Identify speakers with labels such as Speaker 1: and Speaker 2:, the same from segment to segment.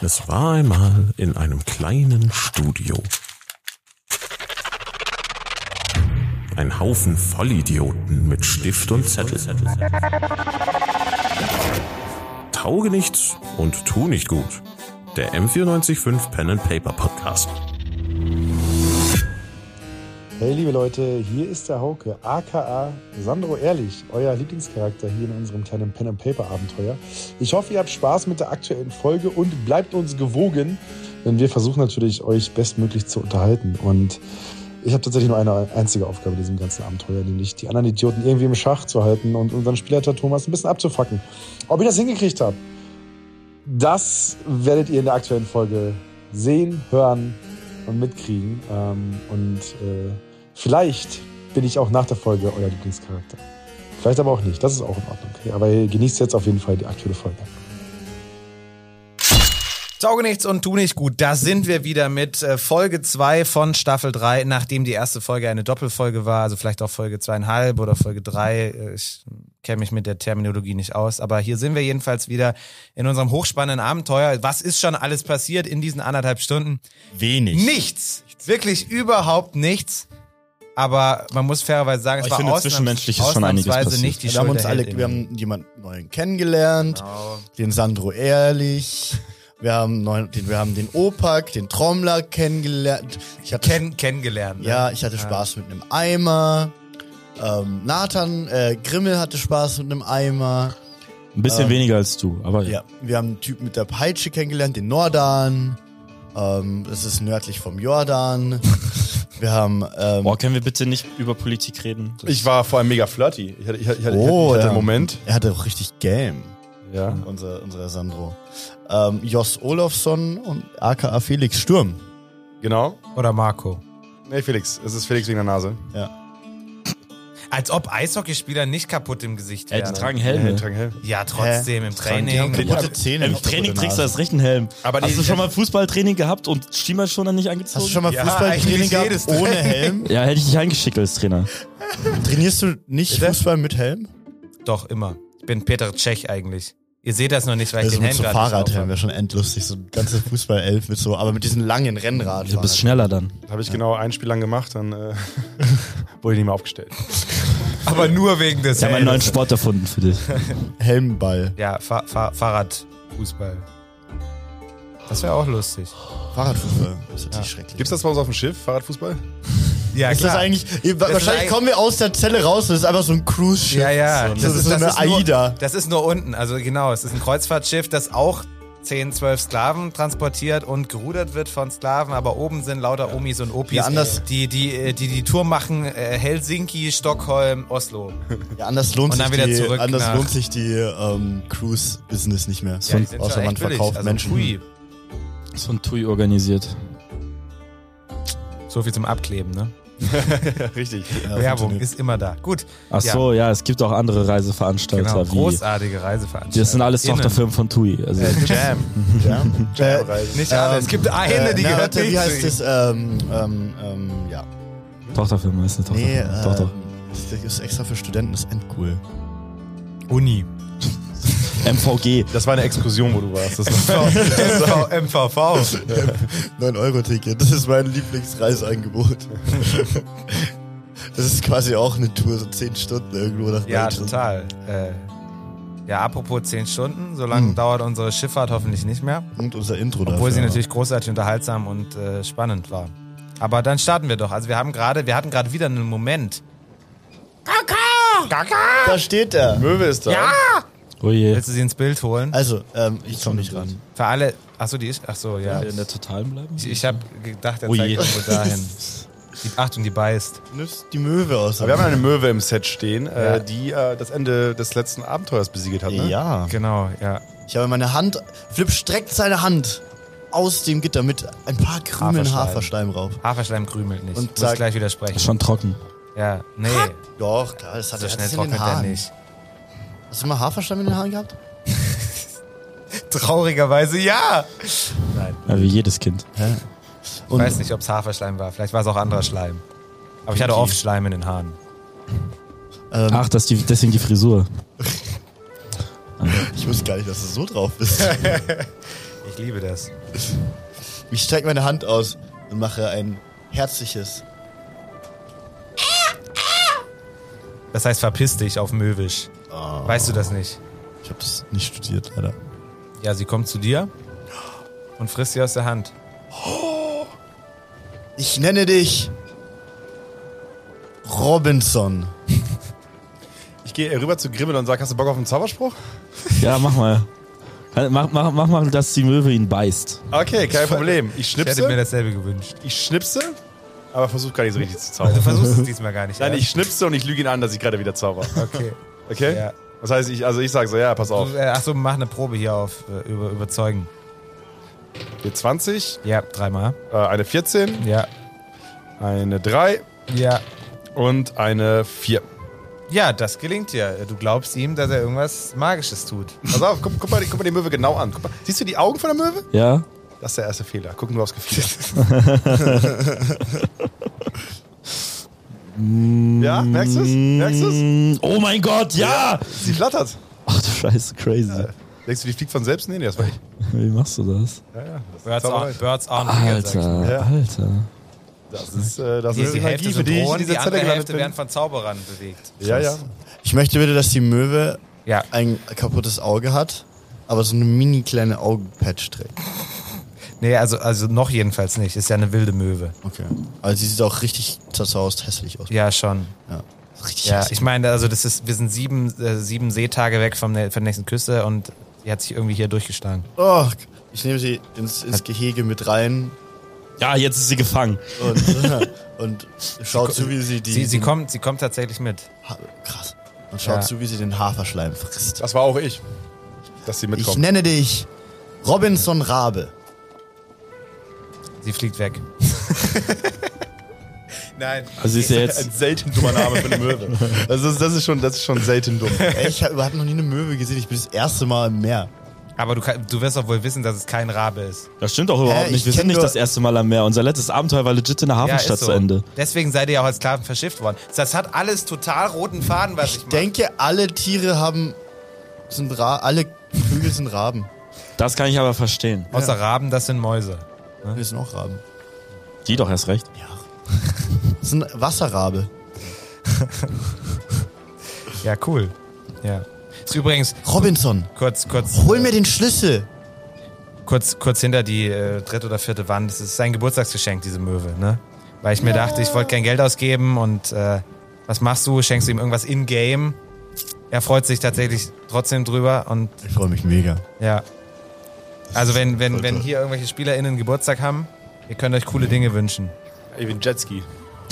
Speaker 1: Es war einmal in einem kleinen Studio. Ein Haufen Vollidioten mit Stift und Zettel. Tauge nichts und tu nicht gut. Der M945 Pen and Paper Podcast.
Speaker 2: Hey liebe Leute, hier ist der Hauke, aka Sandro Ehrlich, euer Lieblingscharakter hier in unserem kleinen Pen and Paper Abenteuer. Ich hoffe, ihr habt Spaß mit der aktuellen Folge und bleibt uns gewogen, denn wir versuchen natürlich euch bestmöglich zu unterhalten. Und ich habe tatsächlich nur eine einzige Aufgabe in diesem ganzen Abenteuer, nämlich die anderen Idioten irgendwie im Schach zu halten und unseren Spielleiter Thomas ein bisschen abzufacken. Ob ihr das hingekriegt habt, das werdet ihr in der aktuellen Folge sehen, hören und mitkriegen. Ähm, und äh, vielleicht bin ich auch nach der Folge euer Lieblingscharakter. Vielleicht aber auch nicht. Das ist auch in Ordnung. Ja, aber ihr genießt jetzt auf jeden Fall die aktuelle Folge.
Speaker 3: Tauge nichts und tu nicht gut. Da sind wir wieder mit äh, Folge 2 von Staffel 3, nachdem die erste Folge eine Doppelfolge war, also vielleicht auch Folge 2,5 oder Folge 3. Ich kenne mich mit der Terminologie nicht aus, aber hier sind wir jedenfalls wieder in unserem hochspannenden Abenteuer. Was ist schon alles passiert in diesen anderthalb Stunden?
Speaker 4: Wenig.
Speaker 3: Nichts. Wirklich überhaupt nichts. Aber man muss fairerweise sagen, es
Speaker 4: Ich
Speaker 3: war
Speaker 4: finde,
Speaker 3: ausnahms-
Speaker 4: zwischenmenschlich ist schon einiges
Speaker 3: ausnahmsweise
Speaker 4: passiert.
Speaker 3: nicht die
Speaker 5: wir haben
Speaker 3: Schuld
Speaker 5: uns
Speaker 3: der
Speaker 5: alle,
Speaker 3: Heldin.
Speaker 5: wir haben jemanden neuen kennengelernt,
Speaker 3: Genau.
Speaker 5: den Sandro Ehrlich, wir haben, neuen, den, wir haben den Opak, den Trommler kennengelernt. Ich hatte,
Speaker 3: Kenn, kennengelernt. ne?
Speaker 5: ja, ich hatte Spaß mit einem Eimer. Ähm, Nathan äh, Grimmel hatte Spaß mit einem Eimer.
Speaker 4: Ein bisschen weniger als du, aber ja.
Speaker 5: Ja, wir haben einen Typ mit der Peitsche kennengelernt, den Nordan. Ähm, das ist nördlich vom Jordan. Wir haben ähm,
Speaker 4: Boah, können wir bitte nicht über Politik reden? Das-
Speaker 6: Ich war vor allem mega flirty. Ich hatte, ich hatte, ich hatte,
Speaker 5: Oh,
Speaker 6: ich hatte
Speaker 5: ja.
Speaker 6: einen Moment.
Speaker 5: Er hatte auch richtig Game,
Speaker 6: Ja.
Speaker 5: unser, unser Sandro. Ähm, Jos Olofsson und aka Felix Sturm.
Speaker 6: Genau.
Speaker 3: Oder Marco.
Speaker 6: Nee, Felix. Es ist Felix wegen der Nase.
Speaker 3: Als ob Eishockeyspieler nicht kaputt im Gesicht
Speaker 4: Ey,
Speaker 3: wären.
Speaker 4: die tragen
Speaker 6: Hey,
Speaker 4: Helme.
Speaker 6: tragen Helm.
Speaker 3: ja, trotzdem im
Speaker 5: Die haben
Speaker 3: Training.
Speaker 5: kaputte Zähne.
Speaker 4: Im
Speaker 5: kaputte
Speaker 4: Training trägst
Speaker 5: Nase.
Speaker 4: du erst recht einen Helm.
Speaker 3: Aber die-
Speaker 4: Hast du schon mal Fußballtraining gehabt und Schieber nicht angezogen?
Speaker 5: Hast du schon mal
Speaker 3: Ja,
Speaker 5: Fußballtraining
Speaker 3: eigentlich
Speaker 5: gehabt
Speaker 3: jedes
Speaker 5: ohne
Speaker 3: Training.
Speaker 5: Helm?
Speaker 4: ja, hätte ich dich eingeschickt als Trainer.
Speaker 5: Trainierst du nicht
Speaker 3: Bitte?
Speaker 5: Fußball mit Helm?
Speaker 3: Doch, immer. Ich bin Peter Tschech eigentlich. Ihr seht das noch nicht, weil ich
Speaker 5: Also
Speaker 3: den
Speaker 5: mit
Speaker 3: Helm
Speaker 5: so
Speaker 3: gerade nicht
Speaker 5: Fahrradhelm
Speaker 3: aufhabe.
Speaker 5: wäre schon endlustig. So ganze Fußballelf mit so, aber mit diesen langen Rennrad.
Speaker 4: Du bist schneller dann.
Speaker 6: Das habe ich genau ein Spiel lang gemacht, dann äh, wurde ich nicht mehr aufgestellt.
Speaker 3: Aber nur wegen des
Speaker 4: Ich habe einen
Speaker 3: Helms.
Speaker 4: neuen Sport erfunden für dich.
Speaker 5: Helmball.
Speaker 3: Ja, Fa Fa Fahrradfußball. Das wäre auch lustig.
Speaker 5: Fahrradfußball. Das ist natürlich schrecklich.
Speaker 6: Gibt's das bei uns auf dem Schiff, Fahrradfußball?
Speaker 3: Ja,
Speaker 5: ist das eigentlich, wahrscheinlich
Speaker 3: eigentlich-
Speaker 5: kommen wir aus der Zelle raus, das ist einfach so ein Cruise-Schiff.
Speaker 3: ja, ja.
Speaker 5: So, das ist so eine
Speaker 3: nur,
Speaker 5: AIDA.
Speaker 3: Das ist nur unten. Also genau, es ist ein Kreuzfahrtschiff, das auch 10, 12 Sklaven transportiert und gerudert wird von Sklaven, aber oben sind lauter Omis und Opis,
Speaker 5: Ja, anders-
Speaker 3: die, die, äh, die die Tour machen, äh, Helsinki, Stockholm, Oslo.
Speaker 5: Ja, anders lohnt,
Speaker 3: Und dann
Speaker 5: sich,
Speaker 3: wieder
Speaker 5: die,
Speaker 3: zurück
Speaker 5: anders
Speaker 3: nach-
Speaker 5: lohnt sich die ähm, Cruise-Business nicht mehr.
Speaker 3: Ja, die sind
Speaker 5: außer
Speaker 3: schon
Speaker 5: man
Speaker 3: echt billig.
Speaker 5: verkauft
Speaker 3: Also,
Speaker 5: Menschen.
Speaker 3: Hui.
Speaker 4: So ein Tui organisiert.
Speaker 3: So viel zum Abkleben, ne?
Speaker 6: Ja, richtig.
Speaker 5: Ja,
Speaker 3: Werbung
Speaker 5: funktioniert.
Speaker 3: ist immer da. Gut.
Speaker 4: Ach so, ja, es gibt auch andere Reiseveranstalter
Speaker 3: Genau,
Speaker 4: wie.
Speaker 3: großartige Reiseveranstaltungen.
Speaker 4: Das sind alles Tochterfirmen von Tui. Also,
Speaker 3: Jam.
Speaker 5: Ja. Äh,
Speaker 3: Nicht alle. Es gibt eine, die
Speaker 5: na,
Speaker 3: gehört
Speaker 5: warte,
Speaker 3: nicht
Speaker 5: Wie
Speaker 3: zu
Speaker 5: heißt
Speaker 3: ihnen.
Speaker 5: das? Ähm, ähm, ähm, ja.
Speaker 4: Tochterfirma ist eine
Speaker 5: Nee,
Speaker 4: Tochterfirma.
Speaker 5: äh,
Speaker 4: doch, doch.
Speaker 5: Das ist extra für Studenten, das ist endcool.
Speaker 3: Uni.
Speaker 4: MVG.
Speaker 6: Das war eine Exkursion, wo du warst. Das war
Speaker 3: MV, MVV.
Speaker 5: 9-Euro-Ticket, das ist mein Lieblingsreiseangebot. das ist quasi auch eine Tour, so 10 Stunden irgendwo nach
Speaker 3: Ja,
Speaker 5: Belgien.
Speaker 3: total. Äh, ja, apropos 10 Stunden. So
Speaker 5: Hm.
Speaker 3: lange dauert unsere Schifffahrt hoffentlich nicht mehr.
Speaker 5: Und unser Intro
Speaker 3: Obwohl
Speaker 5: dafür.
Speaker 3: sie natürlich großartig unterhaltsam und äh, spannend war. Aber dann starten wir doch. Also wir haben gerade, wir hatten gerade wieder einen Moment.
Speaker 5: Da steht er.
Speaker 6: Möwe ist da. Ja!
Speaker 4: Oh je.
Speaker 3: Willst du sie ins Bild holen?
Speaker 5: Also, ähm, ich komm nicht ran.
Speaker 3: Für alle. Achso, die ist. Achso, ja.
Speaker 4: In der Totalen bleiben?
Speaker 3: Ich, ich habe gedacht, er
Speaker 5: Oh
Speaker 4: Ui.
Speaker 3: zeigt irgendwo dahin. Die, Achtung, die beißt.
Speaker 5: Nimmst die Möwe aus.
Speaker 6: Aber wir haben eine Möwe im Set stehen,
Speaker 3: Ja.
Speaker 6: äh, die äh, das Ende des letzten Abenteuers besiegelt hat. Ne?
Speaker 5: ja.
Speaker 3: Genau, ja.
Speaker 5: Ich habe meine Hand. Flip streckt seine Hand aus dem Gitter mit ein paar Krümeln
Speaker 3: Haferschleim.
Speaker 5: Haferschleim drauf.
Speaker 3: Haferschleim krümelt nicht.
Speaker 5: Und
Speaker 3: Und Muss
Speaker 5: sagt-
Speaker 3: gleich widersprechen.
Speaker 4: Schon trocken.
Speaker 3: Ja, nee.
Speaker 5: Doch, klar, das hat
Speaker 3: So
Speaker 5: er
Speaker 3: schnell
Speaker 5: alles in den
Speaker 3: trocknet er
Speaker 5: Haaren.
Speaker 3: nicht.
Speaker 5: Hast du mal Haferschleim in den Haaren gehabt?
Speaker 3: Traurigerweise ja.
Speaker 4: Ja, wie jedes Kind.
Speaker 3: Ich
Speaker 5: Und
Speaker 3: weiß nicht, ob es Haferschleim war. Vielleicht war es auch anderer Schleim. Aber ich hatte oft Schleim in den Haaren.
Speaker 4: Ach, das ist die, deswegen die Frisur.
Speaker 5: ich wusste gar nicht, dass du so drauf bist.
Speaker 3: Ich Ich liebe das.
Speaker 5: Ich strecke meine Hand aus und mache ein herzliches.
Speaker 3: Das heißt, verpiss dich auf Möwisch.
Speaker 6: Ah.
Speaker 3: Weißt du das nicht?
Speaker 5: Ich habe das nicht studiert, leider.
Speaker 3: Ja, sie kommt zu dir und frisst sie aus der Hand.
Speaker 5: Ich nenne dich Robinson.
Speaker 6: Ich gehe rüber zu Grimmel und sage, hast du Bock auf einen Zauberspruch?
Speaker 4: Ja, mach mal. Mach, mach, mach mal, dass die Möwe ihn beißt.
Speaker 6: Okay, kein Problem. Ich
Speaker 3: Ich hätte mir
Speaker 6: schnipse,
Speaker 3: dasselbe gewünscht.
Speaker 6: ich schnipse, aber versuche gar nicht so richtig zu
Speaker 3: Du
Speaker 6: zaubern.
Speaker 3: versuchst es diesmal gar nicht.
Speaker 6: Nein,
Speaker 3: ja?
Speaker 6: ich schnipse und ich lüge ihn an, dass ich gerade wieder zauber.
Speaker 3: Okay.
Speaker 6: Okay?
Speaker 3: Ja.
Speaker 6: Das heißt, ich, also ich sage so, ja, pass auf.
Speaker 3: Du, äh, Ach so, mach eine Probe hier auf äh, über, überzeugen.
Speaker 6: D20,
Speaker 3: Ja, dreimal.
Speaker 6: äh, eine 14,
Speaker 3: Ja,
Speaker 6: eine 3
Speaker 3: ja.
Speaker 6: und eine 4.
Speaker 3: Ja, das gelingt dir. Du glaubst ihm, dass er irgendwas Magisches tut.
Speaker 6: Pass auf, guck, guck, mal, die- guck mal die Möwe genau an. Guck mal. Siehst du die Augen von der Möwe?
Speaker 4: Ja?
Speaker 6: Das ist der erste Fehler. Guck nur aufs Gefühl. ja, merkst du es? Merkst du es?
Speaker 4: Mm, Oh mein Gott, ja!
Speaker 6: Sie flattert.
Speaker 4: Ach du Scheiße, crazy.
Speaker 6: Denkst du, die fliegt von selbst? Nee, nee, das war ich.
Speaker 4: Wie machst du das?
Speaker 3: Birds
Speaker 6: Zauberei.
Speaker 3: on, Birds on
Speaker 4: Alter,
Speaker 6: Ja.
Speaker 4: Alter.
Speaker 6: Das ist, äh, das
Speaker 3: Die,
Speaker 6: ist
Speaker 3: die Hälfte
Speaker 6: für
Speaker 3: sind
Speaker 6: die ich in
Speaker 3: Drohnen, die
Speaker 6: dieser Zelle
Speaker 3: andere
Speaker 6: gelandet
Speaker 3: Hälfte
Speaker 6: bin.
Speaker 3: werden von Zauberern bewegt.
Speaker 6: Ja, ja.
Speaker 5: Ich möchte bitte, dass die Möwe
Speaker 3: Ja,
Speaker 5: ein kaputtes Auge hat, aber so eine mini kleine Augenpatch trägt.
Speaker 3: nee, also, also noch jedenfalls nicht. Ist ja eine wilde Möwe.
Speaker 5: Okay. Also sie sieht auch richtig zerzaust hässlich aus.
Speaker 3: Ja, schon.
Speaker 5: Ja. Richtig
Speaker 3: Ja,
Speaker 5: hässlich.
Speaker 3: ich meine, also das ist, wir sind sieben, äh, sieben Seetage weg vom, nä- von der nächsten Küste und die hat sich irgendwie hier durchgeschlagen.
Speaker 5: Oh, ich nehme sie ins, ins Gehege mit rein
Speaker 4: Ja, jetzt ist sie gefangen.
Speaker 5: und, und schaut zu, wie sie die.
Speaker 3: Sie, sie,
Speaker 5: den
Speaker 3: kommt, sie kommt tatsächlich mit.
Speaker 5: Ha krass. Und schaut
Speaker 3: Ja.
Speaker 5: zu, wie sie den Haferschleim frisst.
Speaker 6: Das war auch ich, dass sie
Speaker 5: Ich
Speaker 6: mitkommt.
Speaker 5: nenne dich Robinson Rabe.
Speaker 3: Sie fliegt weg. Nein.
Speaker 4: Also sie ist ja jetzt.
Speaker 6: selten dummer Name für eine Möwe. Das ist, das ist, schon, das ist schon selten dumm.
Speaker 5: Ey, ich habe überhaupt noch nie eine Möwe gesehen. Ich bin das erste Mal im Meer.
Speaker 3: Aber du, kann- du wirst doch wohl wissen, dass es kein Rabe ist.
Speaker 4: Das stimmt doch überhaupt
Speaker 5: Hä,
Speaker 4: nicht.
Speaker 5: ich
Speaker 4: Wir
Speaker 5: kenn
Speaker 4: sind nicht
Speaker 5: nur-
Speaker 4: das erste Mal am Meer. Unser letztes Abenteuer war legit in der Hafenstadt zu Ende.
Speaker 3: Deswegen seid ihr ja auch als Sklaven verschifft worden. Das hat alles total roten Faden, was ich,
Speaker 5: Ich
Speaker 3: mache.
Speaker 5: denke, alle Tiere haben. sind Ra alle Vögel sind Raben.
Speaker 4: Das kann ich aber verstehen.
Speaker 3: Außer Raben, das sind Mäuse.
Speaker 5: Wir sind auch Raben.
Speaker 4: Die doch erst recht.
Speaker 5: Ja. Das sind Wasserrabe.
Speaker 3: Ja, cool. Ja. Ist übrigens
Speaker 5: Robinson,
Speaker 3: kurz, kurz,
Speaker 5: hol mir den Schlüssel.
Speaker 3: kurz, kurz hinter die äh, dritte oder vierte Wand. Das ist sein Geburtstagsgeschenk, diese Möwe, ne? Weil ich mir dachte, ich wollte kein Geld ausgeben und äh, was machst du? Schenkst du ihm irgendwas in-game? Er freut sich tatsächlich trotzdem drüber und
Speaker 5: Ich freue mich mega.
Speaker 3: ja. Also wenn, wenn,
Speaker 5: voll
Speaker 3: wenn
Speaker 5: toll.
Speaker 3: hier irgendwelche SpielerInnen Geburtstag haben, ihr könnt euch coole Dinge wünschen.
Speaker 6: Ich bin Jetski.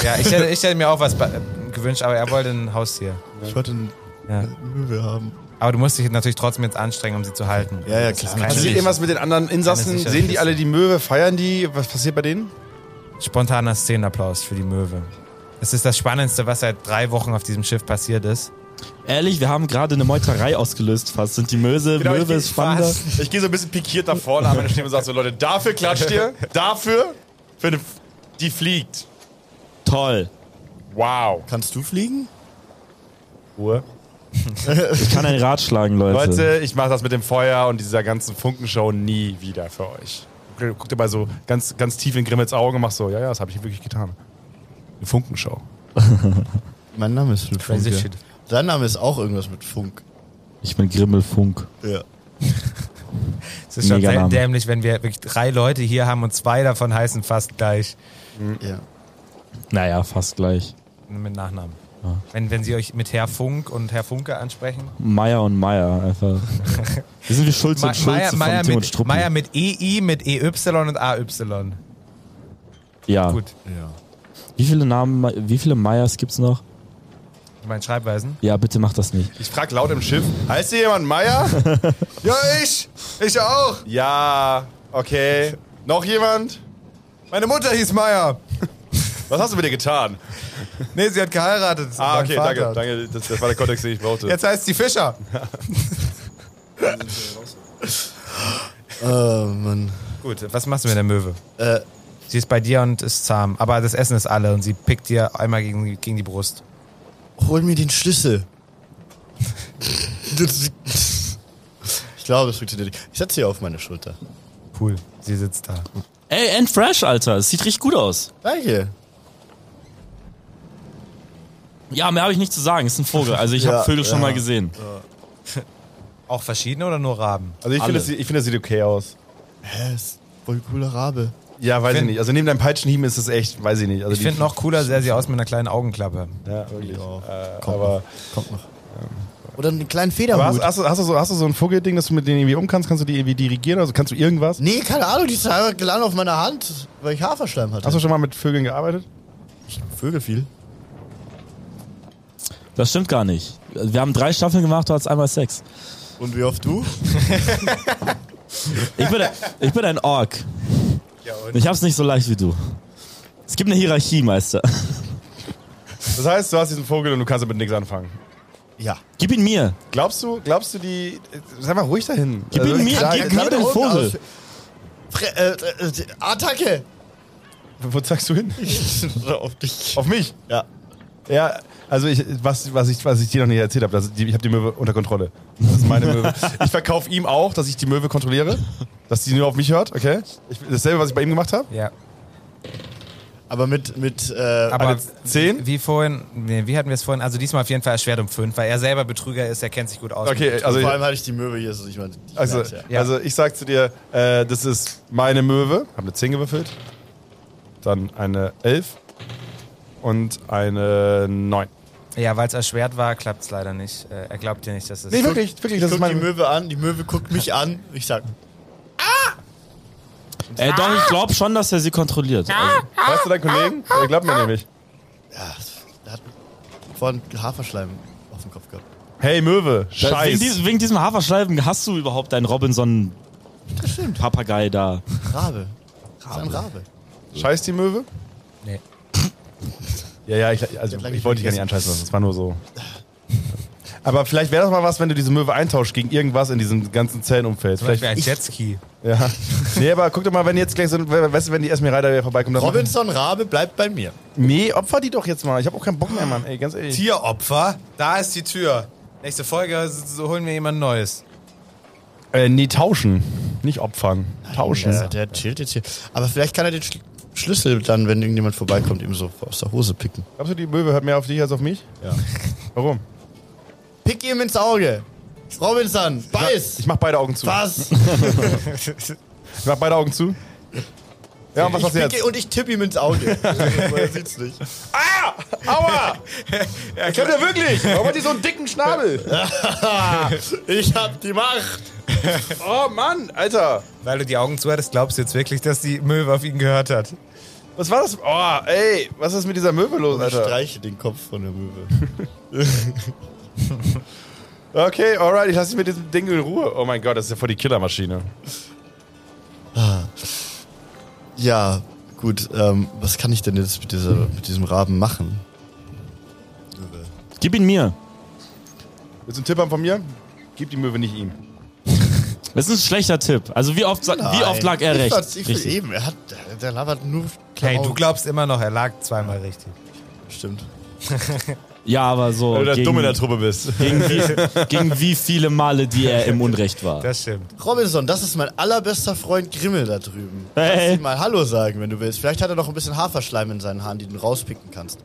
Speaker 3: Ja, ich hätte, ich hätte mir auch was ba- äh, gewünscht, aber er wollte ein Haustier.
Speaker 5: Ich wollte eine
Speaker 3: Ja.
Speaker 5: Möwe haben.
Speaker 3: Aber du musst dich natürlich trotzdem jetzt anstrengen, um sie zu halten.
Speaker 5: Ja, ja,
Speaker 3: Das
Speaker 5: klar,
Speaker 3: ist keine-
Speaker 6: Passiert irgendwas mit den anderen Insassen?
Speaker 3: sicher
Speaker 6: Sehen die
Speaker 3: wissen.
Speaker 6: alle die Möwe? Feiern die? Was passiert bei denen?
Speaker 3: Spontaner Szenenapplaus für die Möwe. Es ist das Spannendste, was seit drei Wochen auf diesem Schiff passiert ist.
Speaker 4: Ehrlich, wir haben gerade eine Meuterei ausgelöst fast. Sind die Möse, Möwe ist spannender.
Speaker 6: Genau, Ich gehe so ein bisschen pikiert nach vorne an meine Stimme und sage so, Leute, dafür klatscht ihr, dafür, für eine F- die fliegt.
Speaker 4: Toll.
Speaker 6: Wow.
Speaker 5: Kannst du fliegen?
Speaker 6: Ruhe.
Speaker 4: Ich kann ein Rad schlagen, Leute.
Speaker 6: Leute, ich mache das mit dem Feuer und dieser ganzen Funkenshow nie wieder für euch. Guck dir mal so ganz, ganz tief in Grimmels Augen und mach so, ja, ja, das habe ich wirklich getan. Eine Funkenshow.
Speaker 5: Mein Name ist mit Funk.
Speaker 3: Crazy
Speaker 5: Ja.
Speaker 3: shit.
Speaker 5: Dein Name ist auch irgendwas mit Funk.
Speaker 4: Ich bin Grimmelfunk.
Speaker 5: Ja.
Speaker 3: Es ist schon
Speaker 4: Mega
Speaker 3: sehr
Speaker 4: Name.
Speaker 3: dämlich, wenn wir wirklich drei Leute hier haben und zwei davon heißen fast gleich
Speaker 5: ja.
Speaker 4: Naja, fast gleich.
Speaker 3: mit Nachnamen. Wenn, wenn sie euch mit Herr Funk und Herr Funke ansprechen.
Speaker 4: Meier und Meier einfach. Wir sind wie Schulz
Speaker 3: Ma-
Speaker 4: und Schulze von
Speaker 3: Meier
Speaker 4: Tim und
Speaker 3: mit,
Speaker 4: Struppi.
Speaker 3: Meier mit EI, mit EY und AY.
Speaker 4: ja.
Speaker 3: Gut,
Speaker 5: ja.
Speaker 4: Wie viele Namen, wie viele Meiers gibt's noch?
Speaker 3: ich meine Schreibweisen.
Speaker 4: Ja, bitte mach das nicht.
Speaker 6: Ich frage laut im Schiff, heißt hier jemand Meier? ja, ich.
Speaker 3: Ich auch!
Speaker 6: Ja, okay. Noch jemand?
Speaker 3: Meine Mutter hieß Meier!
Speaker 6: Was hast du mit dir getan?
Speaker 3: Nee, sie hat geheiratet.
Speaker 6: Ah, okay, danke, danke. Das, das war der Kontext, den ich brauchte.
Speaker 3: Jetzt heißt sie Fischer.
Speaker 5: Oh Mann.
Speaker 3: Gut, was machst du mit der Möwe?
Speaker 5: Äh,
Speaker 3: Sie ist bei dir und ist zahm, aber das Essen ist alle und sie pickt dir einmal gegen, gegen die Brust.
Speaker 5: hol mir den Schlüssel. Das- ich glaube, das funktioniert nicht. Ich setze sie auf meine Schulter.
Speaker 3: cool. Sie sitzt da.
Speaker 4: Ey, and fresh, Alter. Es sieht richtig gut aus.
Speaker 5: Danke.
Speaker 4: Ja, mehr habe ich nicht zu sagen. Es ist ein Vogel. Also ich
Speaker 5: Ja,
Speaker 4: habe Vögel schon
Speaker 5: ja.
Speaker 4: mal gesehen.
Speaker 3: Auch verschiedene oder nur Raben?
Speaker 6: Also ich finde,
Speaker 4: Alle.
Speaker 6: das, sieht- ich finde, das sieht okay aus.
Speaker 5: Hä, ist voll cooler Rabe.
Speaker 6: Ja, weiß ich
Speaker 3: Finn.
Speaker 6: nicht. Also neben deinem Peitschenhieben ist es echt, weiß ich nicht. Also
Speaker 3: Ich
Speaker 6: die-
Speaker 3: finde noch cooler, sehr sie aus mit einer kleinen Augenklappe.
Speaker 6: Ja, wirklich. Äh,
Speaker 5: Kommt
Speaker 6: aber
Speaker 5: Kommt noch. Oder einen kleinen
Speaker 6: aber
Speaker 5: Federhut.
Speaker 6: hast, hast, du- hast, du so, hast du so ein Vogelding, dass du mit denen irgendwie um kannst? Kannst du die irgendwie dirigieren? Also kannst du irgendwas?
Speaker 5: nee, keine Ahnung, die ist einfach gelandet auf meiner Hand, weil ich Haferschleim hatte.
Speaker 6: Hast du schon mal mit Vögeln gearbeitet?
Speaker 5: Vögel viel?
Speaker 4: Das stimmt gar nicht. Wir haben drei Staffeln gemacht, du hattest einmal Sex.
Speaker 5: Und wie oft du?
Speaker 4: Ich bin, ich bin ein Ork. Ich hab's nicht so leicht wie du. Es gibt eine Hierarchie, Meister.
Speaker 6: Das heißt, du hast diesen Vogel und du kannst damit nichts anfangen.
Speaker 5: Ja.
Speaker 4: Gib ihn mir.
Speaker 6: Glaubst du, glaubst du die. Sei mal ruhig dahin. Also
Speaker 4: Gib
Speaker 3: Also
Speaker 4: ihn mir.
Speaker 5: Klar,
Speaker 4: gib
Speaker 5: klar,
Speaker 4: mir den
Speaker 5: Augen
Speaker 4: Vogel.
Speaker 5: aus- Fre äh, äh, äh, Attacke!
Speaker 6: Wo zeigst du hin?
Speaker 5: auf dich.
Speaker 6: Auf mich?
Speaker 5: Ja.
Speaker 6: Ja, also ich, was, was, ich, was ich dir noch nicht erzählt habe, dass die- ich habe die Möwe unter Kontrolle. Das ist meine Möwe. Ich verkaufe ihm auch, dass ich die Möwe kontrolliere, dass die nur auf mich hört, okay? Ich, dasselbe, was ich bei ihm gemacht habe.
Speaker 3: Ja.
Speaker 5: Aber mit, mit, äh,
Speaker 3: Aber
Speaker 6: jetzt zehn?
Speaker 3: Wie vorhin, nee, wie hatten wir es vorhin? Also diesmal auf jeden Fall erschwert um fünf, weil er selber Betrüger ist, er kennt sich gut aus.
Speaker 6: Okay, also,
Speaker 5: vor allem hatte ich die Möwe hier, so ich meine. die
Speaker 6: also,
Speaker 5: merkt's ja.
Speaker 3: Ja.
Speaker 6: also ich sag zu dir, äh, das ist meine Möwe, habe eine 10 gewürfelt, dann eine 11 und eine 9.
Speaker 3: Ja, weil es erschwert war, klappt es leider nicht. Äh, Er glaubt dir nicht, dass es.
Speaker 6: Nee, wirklich, wirklich, das ist
Speaker 5: Guck die
Speaker 6: meine Möwe.
Speaker 5: Möwe an, die Möwe guckt mich an. Ich sag,
Speaker 4: Ey, doch, ich glaube schon, dass er sie kontrolliert. Also,
Speaker 6: Weißt du deinen Kollegen? Der glaubt mir nämlich.
Speaker 5: ja, der hat vorhin Haferschleim auf dem Kopf gehabt.
Speaker 6: Hey Möwe,
Speaker 4: wegen,
Speaker 6: scheiß.
Speaker 4: diesem, wegen diesem Haferschleifen hast du überhaupt deinen Robinson-Papagei da.
Speaker 5: Rabe. Rabe. Ein Rabe.
Speaker 6: Scheiß die Möwe?
Speaker 3: Nee.
Speaker 6: Ja, ja, ich, also,
Speaker 5: lange
Speaker 6: ich wollte dich
Speaker 5: nicht
Speaker 6: gar nicht anscheißen lassen. Das war nur so. Aber vielleicht wäre das mal was, wenn du diese Möwe eintauscht gegen irgendwas in diesem ganzen Zellenumfeld.
Speaker 3: Zum Beispiel
Speaker 6: Vielleicht.
Speaker 3: ein Jetski.
Speaker 6: Ja. Nee, aber guck doch mal, wenn jetzt gleich so, weißt du, wenn die Esmeralda wieder vorbeikommt, dann.
Speaker 5: Robinson Rabe bleibt bei mir.
Speaker 6: Nee, opfer die doch jetzt mal. Ich habe auch keinen Bock mehr, Mann. Ey, ganz ehrlich.
Speaker 3: Tieropfer? Da ist die Tür. Nächste Folge so holen wir jemand Neues.
Speaker 6: Äh, nee, tauschen. Nicht opfern. Tauschen.
Speaker 5: Ja, der chillt jetzt hier. Aber vielleicht kann er den Schl Schlüssel dann, wenn irgendjemand vorbeikommt, ihm so aus der Hose picken.
Speaker 6: Glaubst du, die Möwe hört mehr auf dich als auf mich?
Speaker 5: Ja.
Speaker 6: Warum?
Speaker 5: Pick ihm ins Auge. Robinson, beiß!
Speaker 6: Ich mach beide Augen zu.
Speaker 5: Was?
Speaker 6: Ich mach beide Augen zu. Ja, und was
Speaker 5: ich
Speaker 6: hast du jetzt?
Speaker 5: picke und ich tippe ihm ins Auge. er sieht's nicht.
Speaker 6: Ah! Aua! ich hab ja wirklich! Warum hat die so einen dicken Schnabel?
Speaker 5: Ich hab die Macht.
Speaker 6: Oh Mann, Alter!
Speaker 3: Weil du die Augen zu hattest, glaubst du jetzt wirklich, dass die Möwe auf ihn gehört hat.
Speaker 6: Was war das? Oh, ey, was ist mit dieser Möwe los,
Speaker 5: Ich
Speaker 6: Alter?
Speaker 5: streiche den Kopf von der Möwe.
Speaker 6: Okay, alright, ich lasse dich mit diesem Ding in Ruhe. Oh mein Gott, das ist ja voll die Killermaschine.
Speaker 5: Ah. Ja, gut. Ähm, was kann ich denn jetzt mit, dieser, mit diesem Raben machen?
Speaker 4: Gib ihn mir.
Speaker 6: Willst du einen Tipp haben von mir? Gib die Möwe nicht ihm.
Speaker 4: Das ist ein schlechter Tipp. Also wie oft, sa- wie oft lag er
Speaker 5: ich
Speaker 4: recht?
Speaker 5: fand's- Ich will
Speaker 4: Richtig.
Speaker 5: eben. Er hat, der labert nur.
Speaker 3: Hey,
Speaker 5: Klamauk.
Speaker 3: du glaubst immer noch, er lag zweimal richtig.
Speaker 5: Stimmt.
Speaker 4: Ja, aber so gegen,
Speaker 6: Truppe bist.
Speaker 4: gegen, wie, gegen wie viele Male, die er im Unrecht war.
Speaker 3: Das stimmt.
Speaker 5: Robinson, das ist mein allerbester Freund Grimmel da drüben. Kannst
Speaker 4: Hey.
Speaker 5: ihm mal Hallo sagen, wenn du willst. Vielleicht hat er noch ein bisschen Haferschleim in seinen Haaren, die du rauspicken kannst.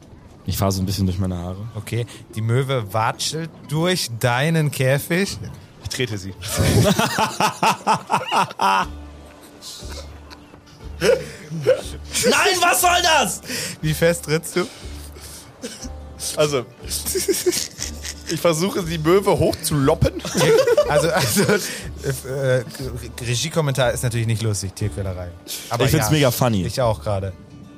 Speaker 4: Ich fahre so ein bisschen durch meine Haare.
Speaker 3: Okay, die Möwe watschelt durch deinen Käfig.
Speaker 6: Ich trete sie.
Speaker 4: Nein, was soll das?
Speaker 3: Wie fest trittst du?
Speaker 6: Also, ich versuche, die Möwe hochzuloppen.
Speaker 3: Also, also äh, äh, Regiekommentar ist natürlich nicht lustig, Tierquälerei. Aber
Speaker 4: Ich find's mega funny.
Speaker 3: Ich auch gerade.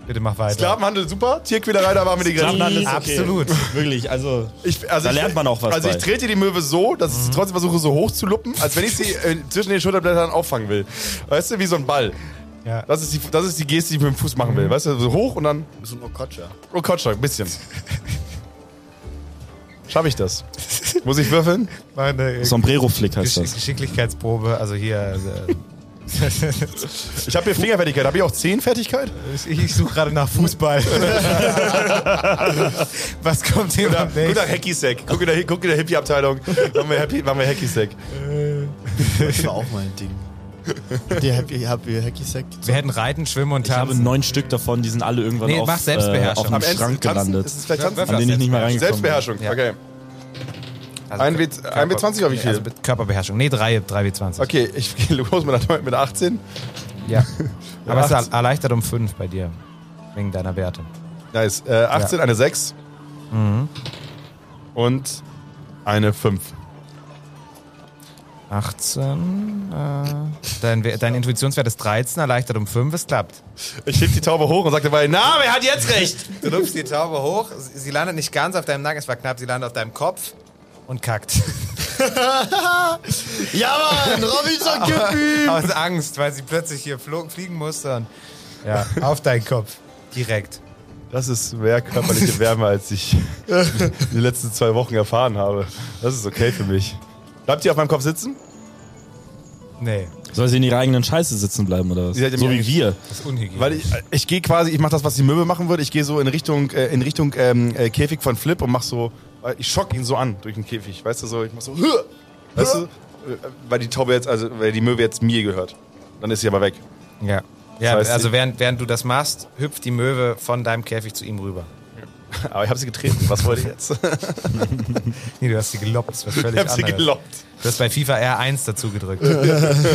Speaker 3: Bitte mach weiter.
Speaker 6: Sklavenhandel super, Tierquälerei, da waren wir die Grenze.
Speaker 4: Sklavenhandel ist okay.
Speaker 3: Absolut.
Speaker 4: Wirklich, also
Speaker 6: Ich, also
Speaker 4: Da lernt man auch was
Speaker 6: Also ich
Speaker 4: bei. Mhm.
Speaker 6: trete die Möwe so, dass ich sie trotzdem versuche, so hoch zu luppen, als wenn ich sie äh, zwischen den Schulterblättern auffangen will. Weißt du, wie so ein Ball.
Speaker 3: Ja.
Speaker 6: Das ist, die, das ist die Geste, die ich mit dem Fuß machen
Speaker 4: Mhm.
Speaker 6: will. Weißt du, so hoch und dann
Speaker 5: So ein Okocha.
Speaker 6: Oh, Kotschak, ein bisschen. Schaffe ich das? Muss ich würfeln?
Speaker 3: Meine äh,
Speaker 4: Sombrero-Flick heißt
Speaker 3: Gesch
Speaker 4: das.
Speaker 3: Geschicklichkeitsprobe, also hier. Äh,
Speaker 6: Ich habe hier Fingerfertigkeit. Habe ich auch Zehnfertigkeit?
Speaker 3: ich ich suche gerade nach Fußball. Was kommt hier am
Speaker 6: Guck nach
Speaker 3: nächsten?
Speaker 6: Hacky-Sack. Guck in der, guck in der Hippie-Abteilung. Machen wir, Happy- machen wir Hacky-Sack.
Speaker 5: Das war auch mein Ding. Habt ihr, habt ihr, habt ihr Hacky-Sack?
Speaker 3: Wir hätten Reiten, Schwimmen und
Speaker 4: Ich habe
Speaker 3: Tanzen.
Speaker 4: neun Stück davon, die sind alle irgendwann
Speaker 3: Nee,
Speaker 4: auf,
Speaker 3: mach
Speaker 4: äh,
Speaker 3: Selbstbeherrschung.
Speaker 4: auf dem
Speaker 3: Am
Speaker 4: Schrank gelandet.
Speaker 6: Ist es vielleicht
Speaker 3: Ja,
Speaker 6: Tanzen?
Speaker 4: An den ich nicht mehr reingekommen
Speaker 6: Selbstbeherrschung,
Speaker 3: Ja.
Speaker 6: okay.
Speaker 3: Also
Speaker 6: ein W- ein W20 oder wie viel?
Speaker 3: Also mit Körperbeherrschung. Nee, drei, drei W20.
Speaker 6: Okay, ich gehe los mit einer- mit einer 18.
Speaker 3: Ja. Aber es ist
Speaker 6: 18.
Speaker 3: erleichtert um fünf bei dir. Wegen deiner Werte.
Speaker 6: Nice. Äh, 18, eine 6. Mhm. Und eine 5.
Speaker 3: 18. Äh, dein, We- dein Intuitionswert ist 13, erleichtert um 5, es klappt.
Speaker 6: Ich heb die Taube hoch und sag dabei, na, wer hat jetzt recht?
Speaker 3: Du lupfst die Taube hoch, sie sie landet nicht ganz auf deinem Nacken, es war knapp, sie landet auf deinem Kopf und kackt.
Speaker 5: Ja,
Speaker 3: Ah.
Speaker 5: Mann, Robinson Kippi!
Speaker 3: Aus Angst, weil sie plötzlich hier flog, fliegen musste und ja, auf deinen Kopf. Direkt.
Speaker 6: Das ist mehr körperliche Wärme, als ich die letzten zwei Wochen erfahren habe. Das ist okay für mich. Bleibt ihr auf meinem Kopf sitzen?
Speaker 3: Nee,
Speaker 4: Soll sie in ihrer eigenen Scheiße sitzen bleiben oder was?
Speaker 6: Sie hat ja
Speaker 4: So
Speaker 6: mir-
Speaker 4: wie wir.
Speaker 3: das ist unhygienisch.
Speaker 6: Weil ich, äh, ich gehe quasi, ich mache das, was die Möwe machen würde. Ich gehe so in Richtung, äh, in Richtung ähm, äh, Käfig von Flip und mach so, äh, ich schock ihn so an durch den Käfig. Weißt du, so, ich mach so, "Hö!" weißt du, äh, weil die Taube jetzt, also, weil die Möwe jetzt mir gehört. Dann ist sie aber weg.
Speaker 3: ja. Ja,
Speaker 6: Das heißt,
Speaker 3: also
Speaker 6: sie-
Speaker 3: während, während du das machst, hüpft die Möwe von deinem Käfig zu ihm rüber.
Speaker 6: Aber ich habe sie getreten. Was wollte ich jetzt? ich
Speaker 3: Nee, du hast sie geloppt, das war völlig
Speaker 6: habe sie
Speaker 3: anderes.
Speaker 6: gelockt.
Speaker 3: Du hast bei FIFA R1 dazu gedrückt.